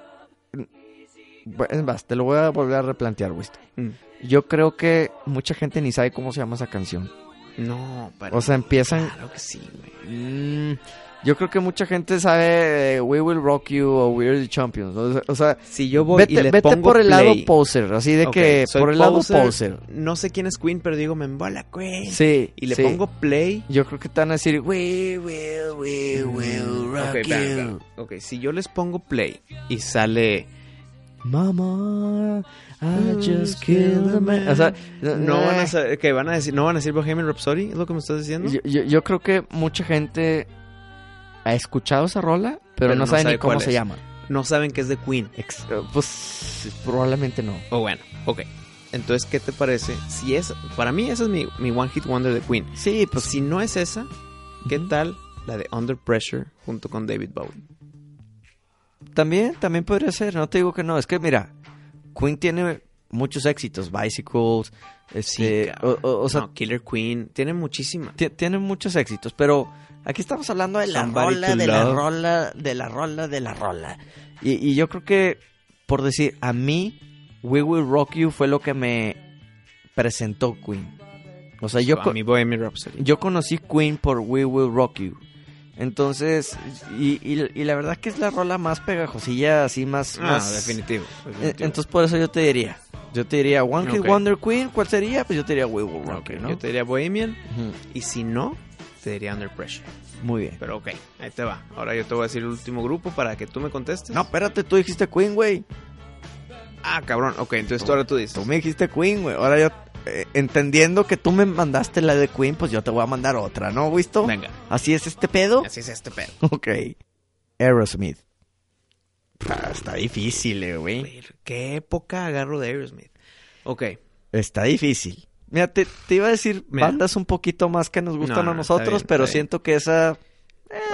Speaker 2: Es más, te lo voy a volver a replantear, güey.
Speaker 1: Mm.
Speaker 2: Yo creo que mucha gente ni sabe cómo se llama esa canción.
Speaker 1: No, pero...
Speaker 2: O sea, empiezan.
Speaker 1: claro que sí, güey.
Speaker 2: Mm, yo creo que mucha gente sabe eh, We Will Rock You o We Are the Champions. O sea, o sea,
Speaker 1: Si yo voy y
Speaker 2: vete,
Speaker 1: le
Speaker 2: vete
Speaker 1: pongo
Speaker 2: por el lado
Speaker 1: play-
Speaker 2: poser, así de
Speaker 1: Ok,
Speaker 2: que
Speaker 1: soy
Speaker 2: por el lado
Speaker 1: poser,
Speaker 2: poser.
Speaker 1: No sé quién es Queen, pero digo, me embola Queen.
Speaker 2: Sí,
Speaker 1: Y le
Speaker 2: sí.
Speaker 1: pongo play.
Speaker 2: Yo creo que te van a decir We will, we will rock
Speaker 1: Mm, Ok, espera,
Speaker 2: you.
Speaker 1: espera. Ok, si yo les pongo play y sale.
Speaker 4: Mama, I just killed a man.
Speaker 2: O sea,
Speaker 1: No van a saber, que van a decir, no van a decir Bohemian Rhapsody, es lo que me estás diciendo.
Speaker 2: Yo, yo- yo creo que mucha gente ha escuchado esa rola, pero,
Speaker 1: Pero
Speaker 2: no,
Speaker 1: no
Speaker 2: sabe,
Speaker 1: sabe
Speaker 2: ni cómo
Speaker 1: cuál
Speaker 2: se
Speaker 1: es.
Speaker 2: llama.
Speaker 1: No saben que es de Queen.
Speaker 2: Ex- eh, pues probablemente no.
Speaker 1: O bueno, ok. Entonces, ¿qué te parece? Si es, para mí esa es mi, mi One Hit Wonder de Queen.
Speaker 2: Sí,
Speaker 1: Pues si no es esa, ¿qué
Speaker 2: Ujú.
Speaker 1: tal la de Under Pressure junto con David Bowie?
Speaker 2: También, también podría ser, no te digo que no. Es que mira, Queen tiene muchos éxitos, Bicycles, este, o,
Speaker 1: cabrón.
Speaker 2: o- o sea,
Speaker 1: no, Killer Queen, tiene muchísima.
Speaker 2: ti- tiene muchos éxitos, pero aquí estamos hablando de la
Speaker 1: Somebody
Speaker 2: rola,
Speaker 1: to
Speaker 2: de la
Speaker 1: love.
Speaker 2: rola, de la rola, de la rola. Y, y yo creo que, por decir, a mí, We Will Rock You fue lo que me presentó Queen. O sea, yo,
Speaker 1: a
Speaker 2: co-
Speaker 1: mí Bohemian Rhapsody.
Speaker 2: yo conocí Queen por We Will Rock You. Entonces, y, y- y la verdad que es la rola más pegajosilla, así más...
Speaker 1: Ah,
Speaker 2: más-
Speaker 1: definitivo.
Speaker 2: Eh,
Speaker 1: definitivo.
Speaker 2: Entonces por eso yo te diría, yo te diría One Hit
Speaker 1: Ok.
Speaker 2: Wonder Queen, ¿cuál sería? Pues yo te diría We Will
Speaker 1: Ok,
Speaker 2: Rock You, ¿no?
Speaker 1: Yo te diría Bohemian
Speaker 2: Ujú.
Speaker 1: y si no, te diría Under Pressure.
Speaker 2: Muy bien.
Speaker 1: Pero ok, ahí te va. Ahora yo te voy a decir el último grupo para que tú me contestes.
Speaker 2: No, espérate, tú dijiste Queen, güey.
Speaker 1: Ah, cabrón. Ok, entonces tú ahora tú dices.
Speaker 2: Tú me dijiste Queen, güey. Ahora yo, eh, entendiendo que tú me mandaste la de Queen, pues yo te voy a mandar otra, ¿no, visto?
Speaker 1: Venga.
Speaker 2: Así es este pedo.
Speaker 1: Así es este pedo.
Speaker 2: Ok. Aerosmith. Ah, está difícil, eh, güey.
Speaker 1: ¿Qué época agarro de Aerosmith? Ok.
Speaker 2: Está difícil. Mira, te, te iba a decir
Speaker 1: Mira.
Speaker 2: bandas un poquito más que nos gustan
Speaker 1: No, no,
Speaker 2: a
Speaker 1: no, está
Speaker 2: nosotros,
Speaker 1: bien,
Speaker 2: pero
Speaker 1: está bien.
Speaker 2: siento que esa...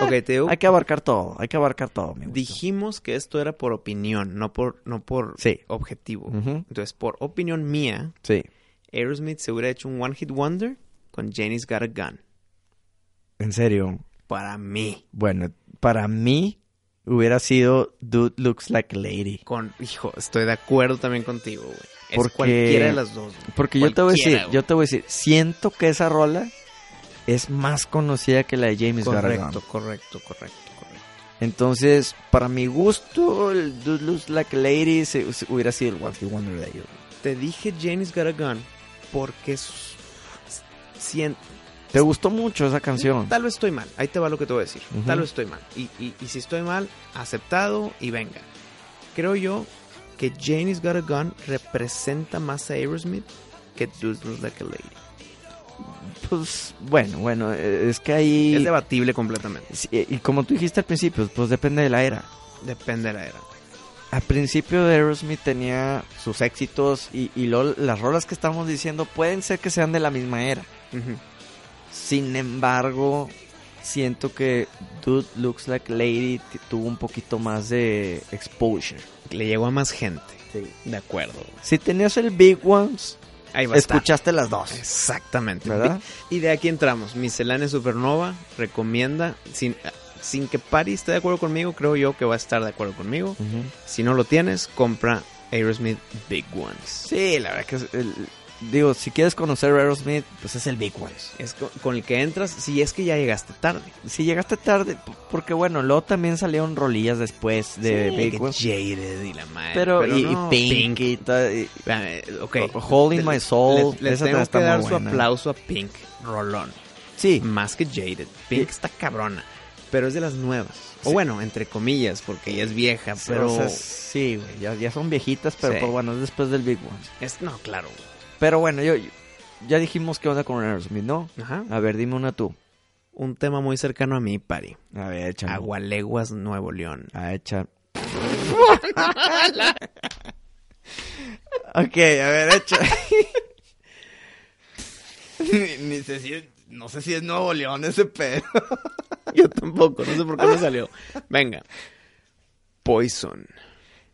Speaker 1: Ok, te digo.
Speaker 2: Hay que abarcar todo, hay que abarcar todo, mi gusto.
Speaker 1: Dijimos que esto era por opinión, no por, no por
Speaker 2: Sí. Mm.
Speaker 1: objetivo.
Speaker 2: Ujú.
Speaker 1: Entonces, por opinión mía,
Speaker 2: Sí.
Speaker 1: Aerosmith se hubiera hecho un One Hit Wonder con Janie's Got a Gun.
Speaker 2: En serio.
Speaker 1: Para mí.
Speaker 2: Bueno, para mí hubiera sido Dude Looks Like a Lady.
Speaker 1: Con, hijo, estoy de acuerdo también contigo, güey. Es
Speaker 2: Porque-
Speaker 1: cualquiera de las dos. güey.
Speaker 2: Porque yo te voy a decir,
Speaker 1: Cualquiera, güey.
Speaker 2: yo te voy a decir, siento que esa rola es más conocida que la de James
Speaker 1: Correcto,
Speaker 2: Garrett.
Speaker 1: correcto, correcto, correcto.
Speaker 2: Entonces, para mi gusto, el Dude Looks Like a Lady se- se- hubiera sido el One Hit Wonder de ellos.
Speaker 1: Te dije Janie's Got a Gun porque es- sien-
Speaker 2: ¿Te gustó mucho esa canción?
Speaker 1: tal vez estoy mal. Ahí te va lo que te voy a decir.
Speaker 2: Ujú.
Speaker 1: Tal vez estoy mal. Y, y- y si estoy mal, aceptado y venga. Creo yo que Janie's Got a Gun representa más a Aerosmith que Dude Looks Like a Lady.
Speaker 2: Pues, bueno, bueno, eh, es que ahí...
Speaker 1: Es debatible completamente.
Speaker 2: Sí, eh, y como tú dijiste al principio, pues depende de la era.
Speaker 1: Depende de la era.
Speaker 2: Al principio de Aerosmith tenía sus éxitos y, y lo- las rolas que estamos diciendo pueden ser que sean de la misma era.
Speaker 1: Ujú.
Speaker 2: Sin embargo, siento que Dude Looks Like Lady t- tuvo un poquito más de exposure.
Speaker 1: Le llegó a más gente. De acuerdo.
Speaker 2: Si tenías el Big Ones,
Speaker 1: Ahí va a estar.
Speaker 2: escuchaste las dos.
Speaker 1: Exactamente.
Speaker 2: ¿Verdad?
Speaker 1: Y de aquí entramos. Miscelánea Supernova recomienda, sin, sin que Pari esté de acuerdo conmigo, creo yo que va a estar de acuerdo conmigo. Si no lo tienes, compra Aerosmith Big Ones.
Speaker 2: Sí, la verdad que es el- digo, si quieres conocer Aerosmith, pues es el Big One.
Speaker 1: Es co- con, el que entras si es que ya llegaste tarde.
Speaker 2: Si llegaste tarde, p- porque bueno, luego también salieron rolillas después de
Speaker 1: Sí,
Speaker 2: Big
Speaker 1: que
Speaker 2: One.
Speaker 1: Jaded y la madre.
Speaker 2: Pero, y,
Speaker 1: no,
Speaker 2: y Pink, y ta- y-
Speaker 1: Ah, eh, Ok.
Speaker 2: O- Holding My Soul,
Speaker 1: Les, les
Speaker 2: esa
Speaker 1: tengo
Speaker 2: está
Speaker 1: que dar
Speaker 2: muy
Speaker 1: su
Speaker 2: buena.
Speaker 1: aplauso a Pink. Rolón.
Speaker 2: sí,
Speaker 1: Más que Jaded. Pink está cabrona. Pero es de las nuevas. O bueno, entre comillas, porque ella es vieja.
Speaker 2: pero
Speaker 1: Pero.
Speaker 2: sí, güey, ya, ya son viejitas, pero
Speaker 1: Sí.
Speaker 2: pues, bueno, es después del Big One.
Speaker 1: es, no, claro.
Speaker 2: Pero bueno, yo, yo- ya dijimos qué onda con Aerosmith, ¿no?
Speaker 1: Ajá.
Speaker 2: A ver, dime una tú.
Speaker 1: Un tema muy cercano a mí, Pari.
Speaker 2: A ver, échame.
Speaker 1: Agualeguas, Nuevo León.
Speaker 2: A echar. ok, a ver, echa. ni, ni sé si es- no sé si es Nuevo León ese pedo.
Speaker 1: Yo tampoco, no sé por qué me salió. Venga. Poison.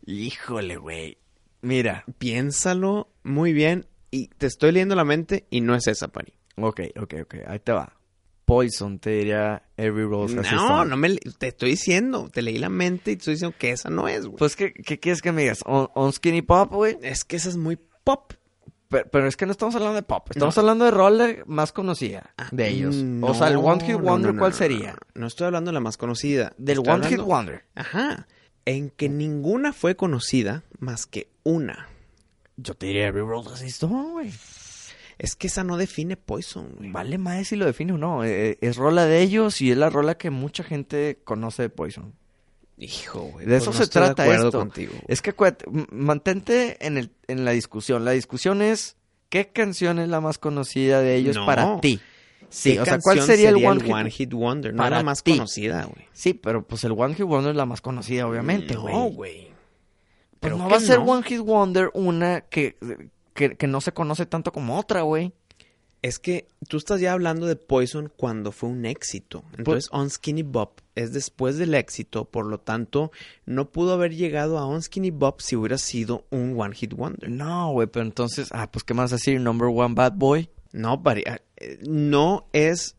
Speaker 2: Híjole, güey. Mira.
Speaker 1: Piénsalo muy bien. Y te estoy leyendo la mente y no es esa, Pari.
Speaker 2: Ok, ok, ok. Ahí te va. Poison te diría Every Rose Has its
Speaker 1: No,
Speaker 2: thorn.
Speaker 1: no me le- te estoy diciendo, te leí la mente y te estoy diciendo que esa no es, güey.
Speaker 2: Pues, ¿qué, qué quieres que me digas? ¿On, on Skinny Pop, güey?
Speaker 1: es que esa es muy pop.
Speaker 2: Pero, pero es que no mm, estamos hablando de pop. Estamos
Speaker 1: No.
Speaker 2: hablando de roller más conocida
Speaker 1: Ah,
Speaker 2: de ellos.
Speaker 1: no,
Speaker 2: o sea, el One Hit
Speaker 1: no,
Speaker 2: Wonder,
Speaker 1: no, no,
Speaker 2: ¿cuál
Speaker 1: no,
Speaker 2: sería?
Speaker 1: No, no, no estoy hablando de la más conocida.
Speaker 2: Del One
Speaker 1: Estoy
Speaker 2: Hit
Speaker 1: hablando-
Speaker 2: Wonder.
Speaker 1: Ajá. En que ninguna fue conocida más que una.
Speaker 2: Yo te diría Every Rose Has its thorn, güey.
Speaker 1: Es que esa no define Poison, güey.
Speaker 2: Vale más si lo define o no. Eh, es rola de ellos y es la rola que mucha gente conoce de Poison.
Speaker 1: Hijo, güey.
Speaker 2: De eso
Speaker 1: pues
Speaker 2: se
Speaker 1: no estoy
Speaker 2: trata
Speaker 1: de acuerdo
Speaker 2: esto.
Speaker 1: contigo. güey.
Speaker 2: Es que acuérdate, m- mantente en, el, en la discusión. La discusión es qué canción es la más conocida de ellos
Speaker 1: No.
Speaker 2: para ti. Sí,
Speaker 1: ¿Qué
Speaker 2: o sea, ¿cuál
Speaker 1: canción
Speaker 2: sería, el One, Hit?
Speaker 1: Wonder? No es
Speaker 2: para
Speaker 1: la más
Speaker 2: ti?
Speaker 1: conocida, güey.
Speaker 2: Sí, pero pues el One Hit Wonder es la más conocida, obviamente, güey.
Speaker 1: No, güey.
Speaker 2: Pero
Speaker 1: Pero
Speaker 2: Pues no
Speaker 1: que
Speaker 2: va a ser
Speaker 1: no.
Speaker 2: One Hit Wonder una que, que, que no se conoce tanto como otra, güey.
Speaker 1: Es que tú estás ya hablando de Poison cuando fue un éxito.
Speaker 2: Pues
Speaker 1: Entonces, On Skinny Bob es después del éxito, por lo tanto, no pudo haber llegado a On Skinny Bob si hubiera sido un One Hit Wonder.
Speaker 2: No, güey, pero entonces, ah, pues qué más decir, Number One Bad Boy.
Speaker 1: No, pari- ah, eh, no es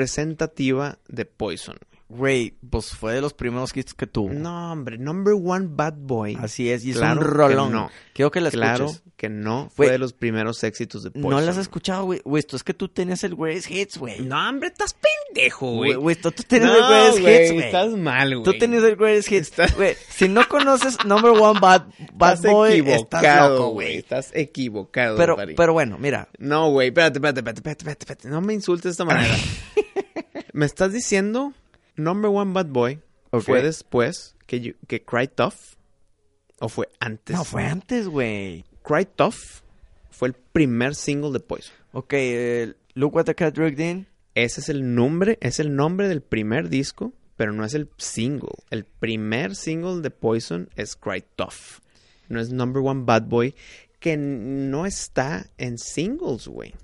Speaker 1: representativa de Poison.
Speaker 2: Güey, pues fue de los primeros hits que tuvo.
Speaker 1: No, hombre, number one bad boy.
Speaker 2: Así es, y es
Speaker 1: Claro
Speaker 2: un
Speaker 1: que
Speaker 2: rolón.
Speaker 1: no.
Speaker 2: Quiero que la
Speaker 1: claro
Speaker 2: escuches.
Speaker 1: que no fue
Speaker 2: Güey,
Speaker 1: de los primeros éxitos de Poison.
Speaker 2: No las has escuchado, güey. Güey, esto es que tú tenías el Greatest Hits, güey.
Speaker 1: No, hombre, estás pendejo, güey.
Speaker 2: Güey, güey, esto- tú tenías
Speaker 1: No,
Speaker 2: el Greatest
Speaker 1: güey,
Speaker 2: Hits, güey.
Speaker 1: Estás mal, güey.
Speaker 2: Tú tenías el Greatest Hits.
Speaker 1: Estás-
Speaker 2: Güey, si no conoces Number One Bad, Bad
Speaker 1: Estás
Speaker 2: Boy,
Speaker 1: equivocado,
Speaker 2: estás loco, güey.
Speaker 1: Estás equivocado,
Speaker 2: Pero,
Speaker 1: Pari.
Speaker 2: pero bueno, mira.
Speaker 1: No, güey, espérate, espérate, espérate, espérate, espérate, espérate. No me insultes de esta manera. me estás diciendo Number One Bad Boy
Speaker 2: Ok.
Speaker 1: fue después que, you- que Cry Tough o fue antes.
Speaker 2: No, fue antes, güey.
Speaker 1: Cry Tough fue el primer single de Poison.
Speaker 2: Ok, eh, Look What the Cat Dragged In.
Speaker 1: Ese es el nombre, es el nombre del primer disco, pero no es el single. El primer single de Poison es Cry Tough. No es Number One Bad Boy, que n- no está en singles, güey.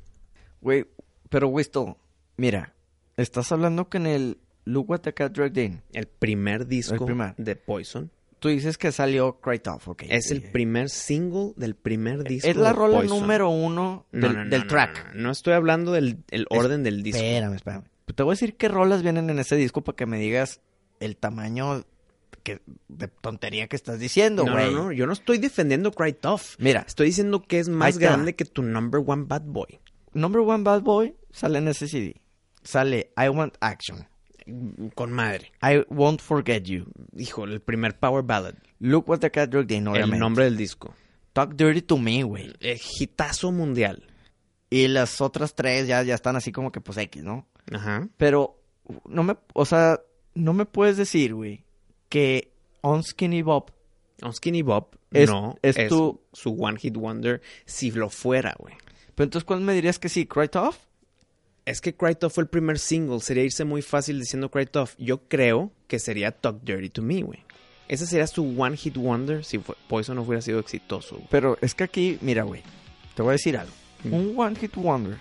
Speaker 2: Güey, pero güey, esto, mira. Estás hablando que en el Look What the Cat Dragged In,
Speaker 1: El primer disco
Speaker 2: El primer.
Speaker 1: de Poison
Speaker 2: tú dices que salió Cry Tough, ok.
Speaker 1: es el
Speaker 2: Eh,
Speaker 1: primer single del primer disco.
Speaker 2: Es la
Speaker 1: de
Speaker 2: rola
Speaker 1: Poison.
Speaker 2: número uno
Speaker 1: No,
Speaker 2: del,
Speaker 1: no, no,
Speaker 2: del
Speaker 1: no,
Speaker 2: track.
Speaker 1: No, no. No estoy hablando del el orden del disco.
Speaker 2: Espérame, espérame. Pues Te voy a decir qué rolas vienen en ese disco para que me digas el tamaño que, de tontería que estás diciendo,
Speaker 1: No, no,
Speaker 2: güey.
Speaker 1: no, yo no estoy defendiendo Cry Tough.
Speaker 2: Mira,
Speaker 1: Estoy diciendo que es más
Speaker 2: te va.
Speaker 1: grande que tu number one bad boy.
Speaker 2: Number One Bad Boy sale en ese CD. Sale I Want Action.
Speaker 1: Con madre.
Speaker 2: I Won't Forget You.
Speaker 1: Híjole, el primer Power Ballad.
Speaker 2: Look What the Cat Dragged In, obviamente.
Speaker 1: El nombre del disco.
Speaker 2: Talk Dirty to Me, güey.
Speaker 1: Eh, hitazo mundial.
Speaker 2: Y las otras tres ya, ya están así como que pues X, ¿no?
Speaker 1: Ajá.
Speaker 2: Pero no me, o sea, no me puedes decir, güey, que On Skinny Bob
Speaker 1: On Skinny Bob
Speaker 2: Es-
Speaker 1: no
Speaker 2: es
Speaker 1: es,
Speaker 2: tu-
Speaker 1: su One Hit Wonder si lo fuera, güey.
Speaker 2: Pero entonces, ¿cuál me dirías que sí? ¿Cry Tough?
Speaker 1: Es que Cry Tough fue el primer single. Sería irse muy fácil diciendo Cry Tough. Yo creo que sería Talk Dirty to Me, güey. Ese sería su One Hit Wonder si fue- Poison no hubiera sido exitoso. güey.
Speaker 2: Pero es que aquí, mira, güey, te voy a decir algo.
Speaker 1: Mm.
Speaker 2: Un One Hit Wonder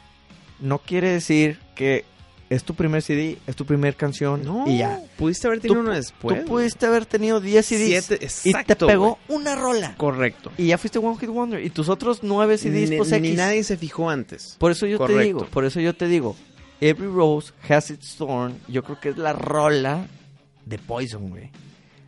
Speaker 2: no quiere decir que es tu primer CD, es tu primer canción
Speaker 1: No,
Speaker 2: y ya.
Speaker 1: pudiste haber tenido
Speaker 2: Tú
Speaker 1: uno
Speaker 2: pu-
Speaker 1: después.
Speaker 2: Tú
Speaker 1: güey.
Speaker 2: pudiste haber tenido 10 CDs
Speaker 1: Siete-
Speaker 2: y te
Speaker 1: exacto,
Speaker 2: pegó
Speaker 1: güey.
Speaker 2: una rola.
Speaker 1: Correcto.
Speaker 2: Y ya fuiste One Hit Wonder. Y tus otros 9 CDs,
Speaker 1: Ni-
Speaker 2: pues
Speaker 1: ni
Speaker 2: X.
Speaker 1: nadie se fijó antes.
Speaker 2: Por eso yo te
Speaker 1: Correcto.
Speaker 2: digo, por eso yo te digo, Every Rose Has Its Thorn, yo creo que es la rola de Poison, güey.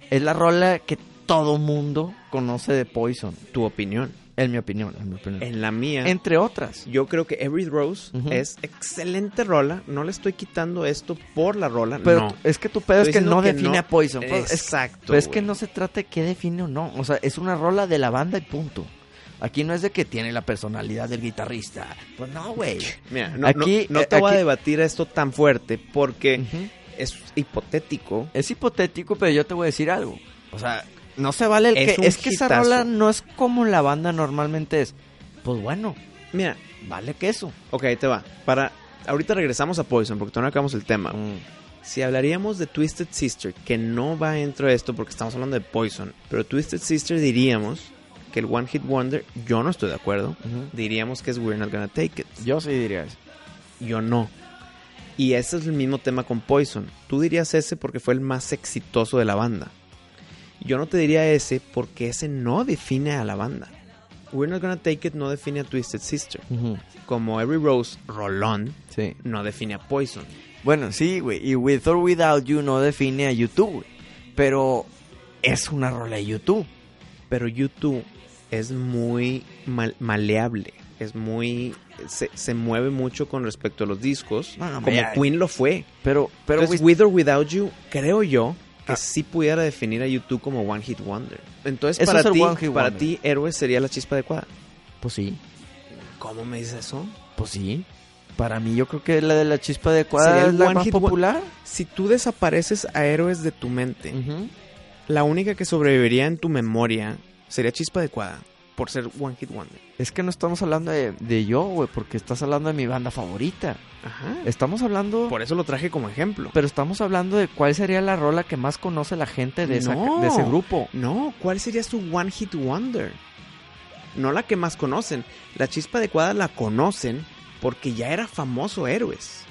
Speaker 2: Es la rola que todo mundo conoce de Poison.
Speaker 1: Tu opinión.
Speaker 2: En mi opinión, en mi opinión.
Speaker 1: En la mía,
Speaker 2: Entre otras.
Speaker 1: yo creo que Every Rose
Speaker 2: Ujú.
Speaker 1: es excelente rola. No le estoy quitando esto por la rola.
Speaker 2: Pero
Speaker 1: no.
Speaker 2: es que tu pedo
Speaker 1: Estoy
Speaker 2: es que
Speaker 1: diciendo
Speaker 2: no
Speaker 1: que
Speaker 2: define
Speaker 1: no-
Speaker 2: a Poison. Pues, es-
Speaker 1: Exacto.
Speaker 2: Pero es que
Speaker 1: güey.
Speaker 2: no se trata de qué define o no. O sea, es una rola de la banda y punto. Aquí no es de que tiene la personalidad del guitarrista. Pues no, güey.
Speaker 1: Mira, no,
Speaker 2: aquí-
Speaker 1: no- no
Speaker 2: eh,
Speaker 1: te voy a
Speaker 2: aquí-
Speaker 1: debatir esto tan fuerte porque
Speaker 2: Ujú.
Speaker 1: es hipotético.
Speaker 2: Es hipotético, pero yo te voy a decir algo. O sea, no se vale el
Speaker 1: Es
Speaker 2: que...
Speaker 1: un
Speaker 2: Es que esa
Speaker 1: hitazo.
Speaker 2: rola no es como la banda normalmente es. Pues bueno,
Speaker 1: Mira,
Speaker 2: vale que eso.
Speaker 1: ok, ahí te va. Para, ahorita regresamos a Poison porque todavía no acabamos el tema. Si hablaríamos de Twisted Sister, que no va dentro de esto porque estamos hablando de Poison, pero Twisted Sister diríamos que el One Hit Wonder, yo no estoy de acuerdo.
Speaker 2: Ujú.
Speaker 1: Diríamos que es We're Not Gonna Take It.
Speaker 2: Yo sí diría eso.
Speaker 1: Yo no. Y ese es el mismo tema con Poison. Tú dirías ese porque fue el más exitoso de la banda. Yo no te diría ese porque ese no define a la banda. We're Not Gonna Take It no define a Twisted Sister. Como Every Rose Rolón
Speaker 2: Sí.
Speaker 1: no define a Poison.
Speaker 2: Bueno, sí, güey. Y With or Without You no define a YouTube, güey. Pero es una rola de YouTube.
Speaker 1: Pero YouTube es muy mal- maleable. Es muy. Se, se mueve mucho con respecto a los discos.
Speaker 2: No,
Speaker 1: como
Speaker 2: vea.
Speaker 1: Queen lo fue.
Speaker 2: Pero, pero Ah.
Speaker 1: Entonces,
Speaker 2: güey,
Speaker 1: With or Without You, creo yo que sí pudiera definir a YouTube como One Hit Wonder. Entonces,
Speaker 2: Eso
Speaker 1: para
Speaker 2: es el
Speaker 1: ti,
Speaker 2: One Hit
Speaker 1: para
Speaker 2: Wonder.
Speaker 1: ti, héroe sería la chispa adecuada.
Speaker 2: pues sí,
Speaker 1: ¿Cómo me dices eso?
Speaker 2: pues sí. Para mí yo creo que la de la chispa adecuada
Speaker 1: Sería
Speaker 2: es
Speaker 1: el
Speaker 2: la
Speaker 1: One
Speaker 2: más
Speaker 1: Hit Won-
Speaker 2: popular.
Speaker 1: Si tú desapareces a héroes de tu mente,
Speaker 2: Ujú.
Speaker 1: la única que sobreviviría en tu memoria sería chispa adecuada por ser One Hit Wonder.
Speaker 2: Es que no estamos hablando de, de yo, güey, porque estás hablando de mi banda favorita.
Speaker 1: Ajá.
Speaker 2: Estamos hablando...
Speaker 1: Por eso lo traje como ejemplo.
Speaker 2: Pero estamos hablando de cuál sería la rola que más conoce la gente de, esa-
Speaker 1: No.
Speaker 2: de ese grupo.
Speaker 1: No, ¿cuál sería su One Hit Wonder? No la que más conocen. La chispa adecuada la conocen porque ya era famoso héroes.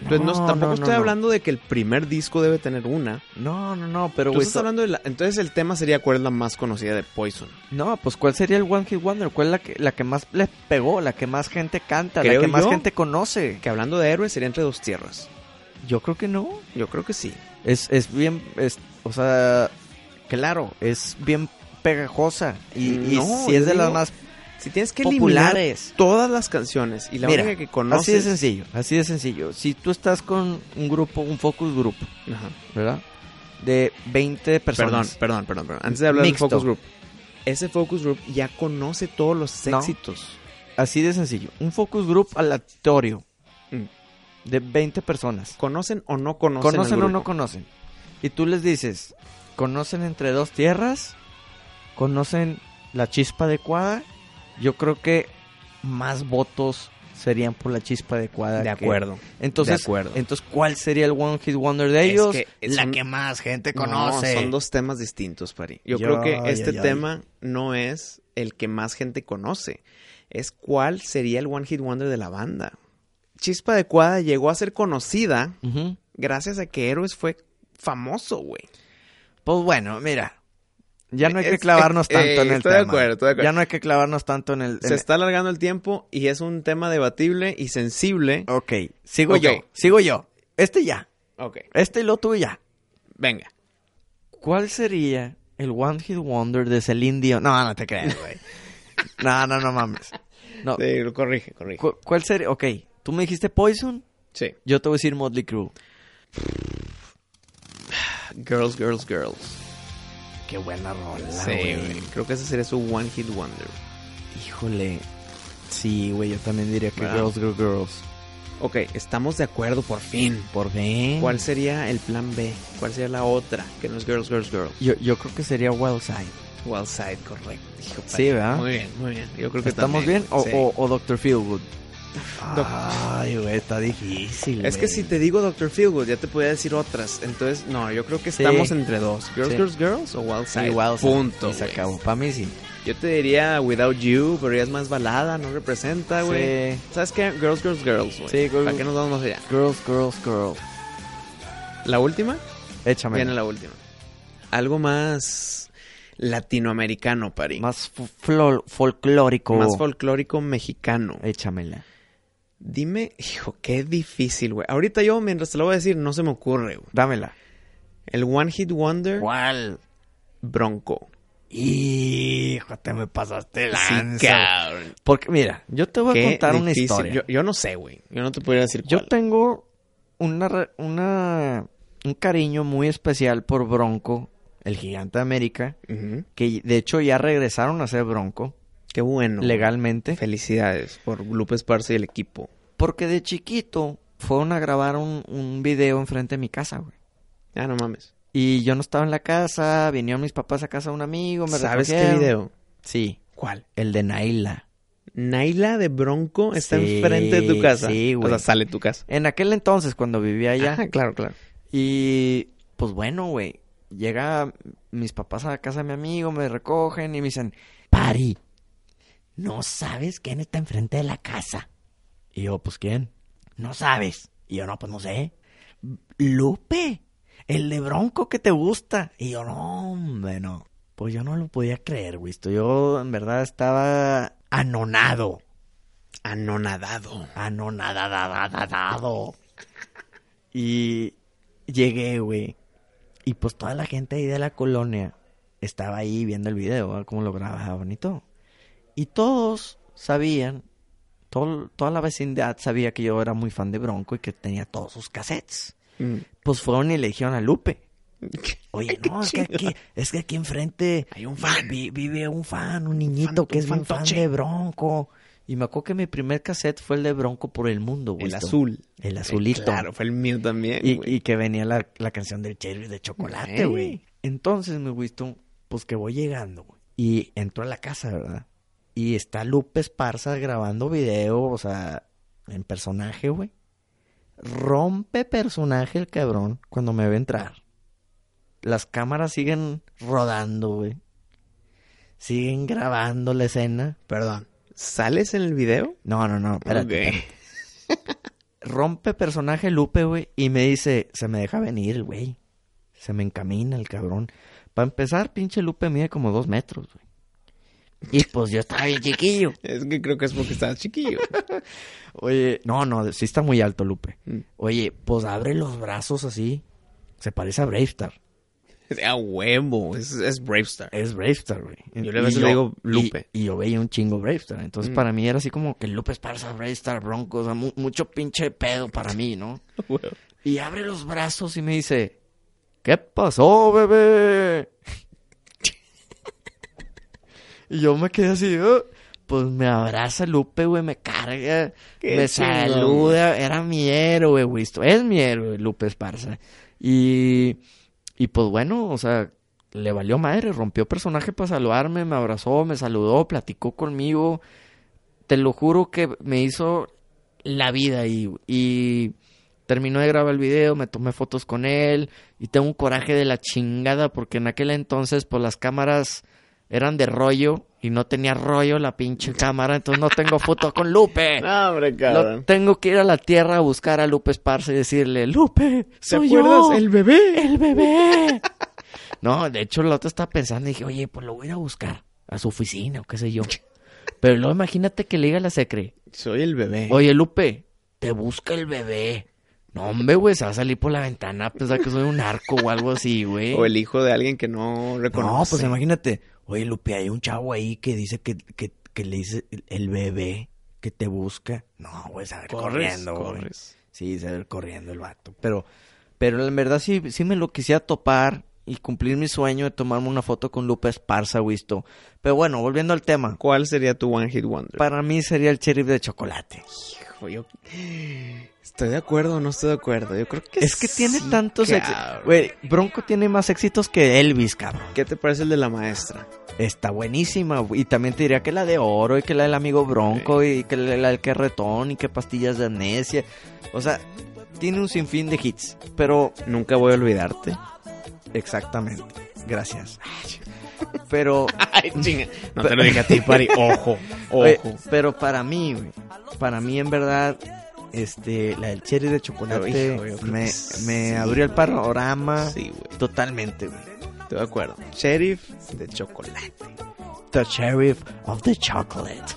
Speaker 1: Entonces, no,
Speaker 2: No,
Speaker 1: tampoco
Speaker 2: no, no,
Speaker 1: estoy
Speaker 2: no.
Speaker 1: hablando de que el primer disco debe tener una.
Speaker 2: No, no, no, pero
Speaker 1: Tú
Speaker 2: güey...
Speaker 1: estás
Speaker 2: so-
Speaker 1: hablando de la- entonces el tema sería cuál es la más conocida de Poison.
Speaker 2: No, pues ¿cuál sería el One Hit Wonder? ¿Cuál es la que, la que más les pegó? La que más gente canta,
Speaker 1: Creo
Speaker 2: la que más
Speaker 1: yo.
Speaker 2: gente conoce.
Speaker 1: Que hablando de héroes sería entre dos tierras.
Speaker 2: Yo creo que no.
Speaker 1: Yo creo que sí.
Speaker 2: Es, es bien, es, o sea, claro, es bien pegajosa. Y, y
Speaker 1: No,
Speaker 2: si es
Speaker 1: yo
Speaker 2: de las
Speaker 1: digo,
Speaker 2: más
Speaker 1: Si tienes que eliminar
Speaker 2: populares.
Speaker 1: todas las canciones y la
Speaker 2: Mira,
Speaker 1: única que
Speaker 2: Así de
Speaker 1: conoces
Speaker 2: sencillo, así de sencillo. Si tú estás con un grupo, un focus group,
Speaker 1: Ajá.
Speaker 2: ¿verdad? De 20
Speaker 1: Perdón,
Speaker 2: personas.
Speaker 1: perdón, perdón, perdón. Antes de hablar
Speaker 2: Mixto.
Speaker 1: del focus group. Ese focus group ya conoce todos los
Speaker 2: No.
Speaker 1: éxitos.
Speaker 2: Así de sencillo. Un focus group aleatorio
Speaker 1: Mm.
Speaker 2: de 20 personas.
Speaker 1: ¿Conocen o no conocen?
Speaker 2: ¿Conocen
Speaker 1: al
Speaker 2: o
Speaker 1: grupo?
Speaker 2: no conocen? Y tú les dices, ¿conocen entre dos tierras? ¿Conocen la chispa adecuada? Yo creo que más votos serían por la chispa adecuada.
Speaker 1: De
Speaker 2: que-
Speaker 1: acuerdo.
Speaker 2: Entonces,
Speaker 1: de acuerdo.
Speaker 2: entonces, ¿cuál sería el One Hit Wonder de
Speaker 1: Es
Speaker 2: ellos?
Speaker 1: que es un-
Speaker 2: más gente
Speaker 1: No, son dos temas distintos, Pari. Yo,
Speaker 2: Yo-
Speaker 1: creo que este
Speaker 2: yo- yo-
Speaker 1: tema no es el que más gente conoce. Es cuál sería el One Hit Wonder de la banda. Chispa Adecuada llegó a ser conocida
Speaker 2: Ujú.
Speaker 1: gracias a que Héroes fue famoso, güey.
Speaker 2: Pues bueno, mira. Ya no hay que
Speaker 1: Es-
Speaker 2: clavarnos
Speaker 1: eh,
Speaker 2: tanto en el
Speaker 1: estoy de
Speaker 2: tema.
Speaker 1: acuerdo, estoy de acuerdo.
Speaker 2: Ya no hay que clavarnos tanto en el... en
Speaker 1: Se está alargando el tiempo y es un tema debatible y sensible.
Speaker 2: el- Ok, sigo
Speaker 1: Ok.
Speaker 2: yo, sigo yo. Este ya,
Speaker 1: Ok,
Speaker 2: este y lo tuyo ya.
Speaker 1: venga.
Speaker 2: ¿Cuál sería el One Hit Wonder de Celine Dion? No, no te creas, güey. no, no, no mames. No.
Speaker 1: Sí, lo corrige, corrige.
Speaker 2: ¿cu- ¿Cuál sería? Ok, tú me dijiste Poison,
Speaker 1: Sí.
Speaker 2: yo te voy a decir Motley Crue.
Speaker 1: Girls, Girls, Girls.
Speaker 2: Qué buena rola,
Speaker 1: Sí, güey. Creo que ese sería su One Hit Wonder.
Speaker 2: Híjole. Sí, güey, yo también diría que
Speaker 1: ¿Verdad?
Speaker 2: Girls, Girls, Girls.
Speaker 1: Ok, estamos de acuerdo por fin.
Speaker 2: Por bien.
Speaker 1: ¿Cuál sería el plan B? ¿Cuál sería la otra? Que no es Girls, Girls, Girls.
Speaker 2: Yo, yo creo que sería Wild Side.
Speaker 1: Wild Side, correcto. Hijo,
Speaker 2: Sí,
Speaker 1: padre.
Speaker 2: ¿verdad?
Speaker 1: Muy bien, muy bien. Yo creo que
Speaker 2: ¿Estamos
Speaker 1: también,
Speaker 2: bien? O,
Speaker 1: sí.
Speaker 2: o- o Dr. Feelgood.
Speaker 1: Doc-
Speaker 4: Ay, güey, está difícil.
Speaker 1: Es que si te digo Dr. Feelgood, ya te podía decir otras. Entonces, no, yo creo que estamos entre dos. Girls,
Speaker 2: Sí.
Speaker 1: Girls, Girls o Wild Side.
Speaker 2: Wild Side.
Speaker 1: Punto.
Speaker 2: Y se
Speaker 1: güey.
Speaker 2: acabó. Para mí sí.
Speaker 1: Yo te diría Without You, pero ya es más balada, no representa, Ah, güey.
Speaker 2: Sí.
Speaker 1: ¿Sabes qué? Girls, Girls, Girls, güey.
Speaker 2: Sí, Girls-
Speaker 1: ¿Para qué nos vamos más allá?
Speaker 2: Girls, Girls, Girls.
Speaker 1: ¿La última?
Speaker 2: Échame.
Speaker 1: Viene la última. Algo más latinoamericano, Pari.
Speaker 2: Más fo- flol- folclórico.
Speaker 1: Más folclórico mexicano.
Speaker 2: Échamela.
Speaker 1: Dime, hijo, qué difícil, güey. Ahorita yo, mientras te lo voy a decir, no se me ocurre, güey.
Speaker 2: Dámela.
Speaker 1: El One Hit Wonder
Speaker 2: ¿Cuál?
Speaker 1: Bronco.
Speaker 2: hijo, te me pasaste la
Speaker 1: Sí, cabrón.
Speaker 2: Porque mira, yo te voy a
Speaker 1: Qué
Speaker 2: contar una
Speaker 1: difícil.
Speaker 2: historia.
Speaker 1: Yo, yo no sé, güey. Yo no te podría decir
Speaker 2: Yo
Speaker 1: cuál.
Speaker 2: tengo una, re- una, un cariño muy especial por Bronco, el gigante de América,
Speaker 1: Ujú.
Speaker 2: que de hecho ya regresaron a ser Bronco
Speaker 1: Qué bueno.
Speaker 2: legalmente,
Speaker 1: Felicidades por Lupe Esparza y el equipo.
Speaker 2: porque de chiquito fueron a grabar un, un video enfrente de mi casa, güey.
Speaker 1: Ah, no mames.
Speaker 2: Y yo no estaba en la casa, vinieron mis papás a casa de un amigo, me
Speaker 1: ¿Sabes qué
Speaker 2: recogieron.
Speaker 1: video?
Speaker 2: Sí,
Speaker 1: ¿Cuál?
Speaker 2: el de Naila.
Speaker 1: Naila de Bronco está
Speaker 2: Sí,
Speaker 1: enfrente de tu casa.
Speaker 2: sí,
Speaker 1: o
Speaker 2: güey.
Speaker 1: sea, sale de tu casa.
Speaker 2: En aquel entonces, cuando vivía allá.
Speaker 1: Ajá, claro, claro.
Speaker 2: Y pues bueno, güey. Llega mis papás a la casa de mi amigo, me recogen y me dicen,
Speaker 4: Pari, no sabes quién está enfrente de la casa. Y yo, pues quién. No sabes. Y yo, no, pues no sé. Lupe, el de Bronco que te gusta. Y yo, no, hombre, no. Pues yo no lo podía creer, güey. Esto Yo en verdad estaba anonado.
Speaker 1: Anonadado.
Speaker 2: Ah,
Speaker 4: Anonadadadadado. Y llegué, güey. Y pues toda la gente ahí de la colonia estaba ahí viendo el video, ¿verdad? cómo lo grababan y todo.
Speaker 2: y todos sabían, todo- toda la vecindad sabía que yo era muy fan de Bronco y que tenía todos sus cassettes.
Speaker 1: Mm,
Speaker 2: Pues fueron y le dijeron a Lupe.
Speaker 4: Oye, no, es que aquí, es que aquí enfrente
Speaker 1: Hay un fan.
Speaker 4: vi- vive un fan, un niñito
Speaker 1: fan-
Speaker 4: que es
Speaker 1: un
Speaker 4: bien fan
Speaker 1: fantoche.
Speaker 4: de Bronco.
Speaker 2: Y me acuerdo que mi primer cassette fue el de Bronco por el mundo, güey.
Speaker 1: El azul.
Speaker 4: El azulito.
Speaker 1: Eh, claro, fue el mío también.
Speaker 2: Y,
Speaker 1: güey.
Speaker 2: y que venía la,
Speaker 4: La canción del cherry de chocolate,
Speaker 1: Ey.
Speaker 4: güey.
Speaker 2: Entonces, mi Winston,
Speaker 4: Pues que voy llegando, güey. Y entro a la casa, ¿verdad? Y está Lupe Esparza grabando video, o sea, en personaje, güey. Rompe personaje el cabrón cuando me ve entrar.
Speaker 2: las cámaras siguen
Speaker 4: Rodando, güey. Siguen grabando la escena.
Speaker 1: Perdón. ¿Sales en el video?
Speaker 2: No, no, no, espérate.
Speaker 1: Ok.
Speaker 2: espérate. Rompe personaje Lupe, güey, y me dice, se me deja venir, el güey. Se me encamina el cabrón. Para empezar, pinche Lupe mide como dos metros, güey.
Speaker 4: Y pues yo estaba bien chiquillo.
Speaker 1: Es que creo que es porque estabas chiquillo.
Speaker 2: Oye, no, no, sí está muy alto Lupe.
Speaker 1: Mm.
Speaker 2: Oye, pues abre los brazos así. Se parece a Bravestar.
Speaker 1: a huevo. Es, es Brave Star.
Speaker 2: Es Bravestar, güey.
Speaker 1: Yo le- a
Speaker 2: Y
Speaker 1: veces le digo Lupe.
Speaker 2: Y, y yo veía un chingo Bravestar. Entonces
Speaker 1: Mm.
Speaker 2: para mí era así como que Lupe Esparza, Bravestar, Bronco. O sea, mu- mucho pinche pedo para mí, ¿no? Y abre los brazos y me dice, ¿qué pasó, bebé? y yo me quedé así, "Ah". pues me abraza Lupe, güey, me carga,
Speaker 1: Qué
Speaker 2: me
Speaker 1: chingón,
Speaker 2: saluda, era mi héroe, güey, esto es mi héroe, Lupe Esparza. Y, y pues bueno, o sea, le valió madre, rompió personaje para saludarme, me abrazó, me saludó, platicó conmigo. Te lo juro que me hizo la vida ahí. Y terminó de grabar el video, me tomé fotos con él y tengo un coraje de la chingada porque en aquel entonces pues las cámaras eran de rollo y no tenía rollo la pinche cámara, entonces no tengo fotos con Lupe.
Speaker 1: No, hombre,
Speaker 2: Lo- tengo que ir a la tierra a buscar a Lupe Esparza y decirle, Lupe,
Speaker 1: ¿Se
Speaker 2: soy
Speaker 1: acuerdas?
Speaker 2: yo,
Speaker 1: El bebé.
Speaker 2: el bebé. no, de hecho la otra estaba pensando y dije, oye, pues lo voy a ir a buscar a su oficina o qué sé yo. Pero luego imagínate que le diga a la secre,
Speaker 1: Soy el bebé.
Speaker 2: Oye, Lupe, te busca el bebé. No, hombre, güey, se va a salir por la ventana a pensar que soy un arco o algo así, güey.
Speaker 1: O el hijo de alguien que no reconoce.
Speaker 4: No, pues imagínate. Oye, Lupe, hay un chavo ahí que dice que, que, que le dice el- el bebé que te busca. No, güey, se va a ir corriendo, güey.
Speaker 1: corres.
Speaker 4: Sí, se va a ir corriendo el vato.
Speaker 2: Pero, pero en verdad sí, sí me lo quisiera topar y cumplir mi sueño de tomarme una foto con Lupe Esparza, Wisto. Pero bueno, volviendo al tema.
Speaker 1: ¿Cuál sería tu One Hit Wonder?
Speaker 2: Para mí sería el cherry de chocolate.
Speaker 1: Hijo, yo- ¿Estoy de acuerdo o no estoy de acuerdo? Yo creo que
Speaker 2: Es que tiene
Speaker 1: sí,
Speaker 2: tantos
Speaker 1: cabrón.
Speaker 2: éxitos. Güey, Bronco tiene más éxitos que Elvis, cabrón.
Speaker 1: ¿Qué te parece el de la maestra?
Speaker 2: Está buenísima. güey. Y también te diría que la de oro y que la del amigo bronco y que la la del querretón y que pastillas de amnesia. O sea, tiene un sinfín de hits. Pero,
Speaker 1: Nunca voy a olvidarte.
Speaker 2: exactamente. Gracias. Pero,
Speaker 1: Ay, chinga. No te lo dije a ti, Pari. Ojo,
Speaker 2: oye,
Speaker 1: ojo.
Speaker 2: pero para mí, güey, para mí en verdad, este, la del cherry de chocolate
Speaker 1: Hijo, yo creo
Speaker 2: me,
Speaker 1: que sí.
Speaker 2: me abrió el panorama
Speaker 1: Sí, güey.
Speaker 2: totalmente, güey.
Speaker 1: Estoy de acuerdo. Sheriff de chocolate.
Speaker 4: The Sheriff of the Chocolate.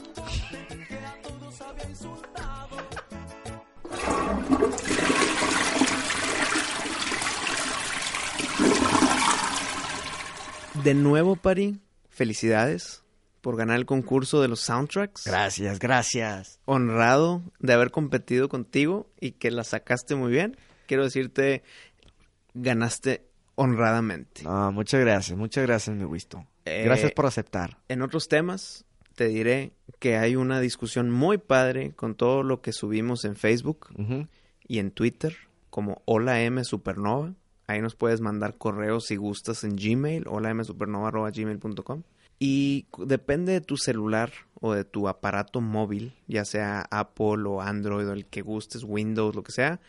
Speaker 1: De nuevo, Pari, felicidades por ganar el concurso de los soundtracks.
Speaker 2: Gracias, gracias.
Speaker 1: Honrado de haber competido contigo y que la sacaste muy bien. Quiero decirte, ganaste honradamente.
Speaker 2: No, muchas gracias, muchas gracias, mi Wisto.
Speaker 1: Eh,
Speaker 2: Gracias por aceptar.
Speaker 1: En otros temas, te diré que hay una discusión muy padre con todo lo que subimos en Facebook
Speaker 2: Ujú.
Speaker 1: y en Twitter, como Hola M Supernova. Ahí nos puedes mandar correos si gustas en Gmail, holamsupernova.gmail.com. Y cu- depende de tu celular o de tu aparato móvil, ya sea Apple o Android o el que gustes, Windows, lo que sea,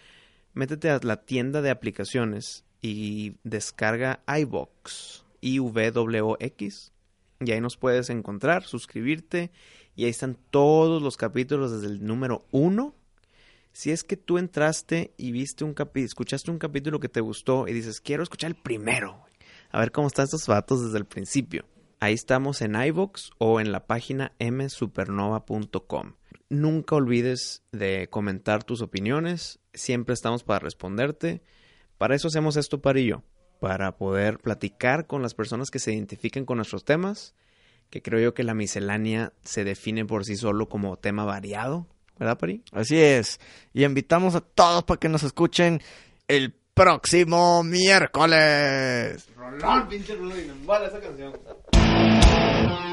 Speaker 1: métete a la tienda de aplicaciones y descarga iVox, I-V-O-X, y ahí nos puedes encontrar, suscribirte, y ahí están todos los capítulos desde el número uno si es que tú entraste y viste un capítulo, escuchaste un capítulo que te gustó y dices, quiero escuchar el primero, güey. a ver cómo están estos vatos desde el principio. Ahí estamos en iVoox o en la página msupernova.com. Nunca olvides de comentar tus opiniones, siempre estamos para responderte. Para eso hacemos esto, para y yo, para poder platicar con las personas que se identifiquen con nuestros temas, que creo yo que la miscelánea se define por sí solo como tema variado, ¿verdad, Pari?
Speaker 2: Así es. Y invitamos a todos para que nos escuchen el próximo miércoles.
Speaker 3: Rolón, pinche Rolón, esa canción.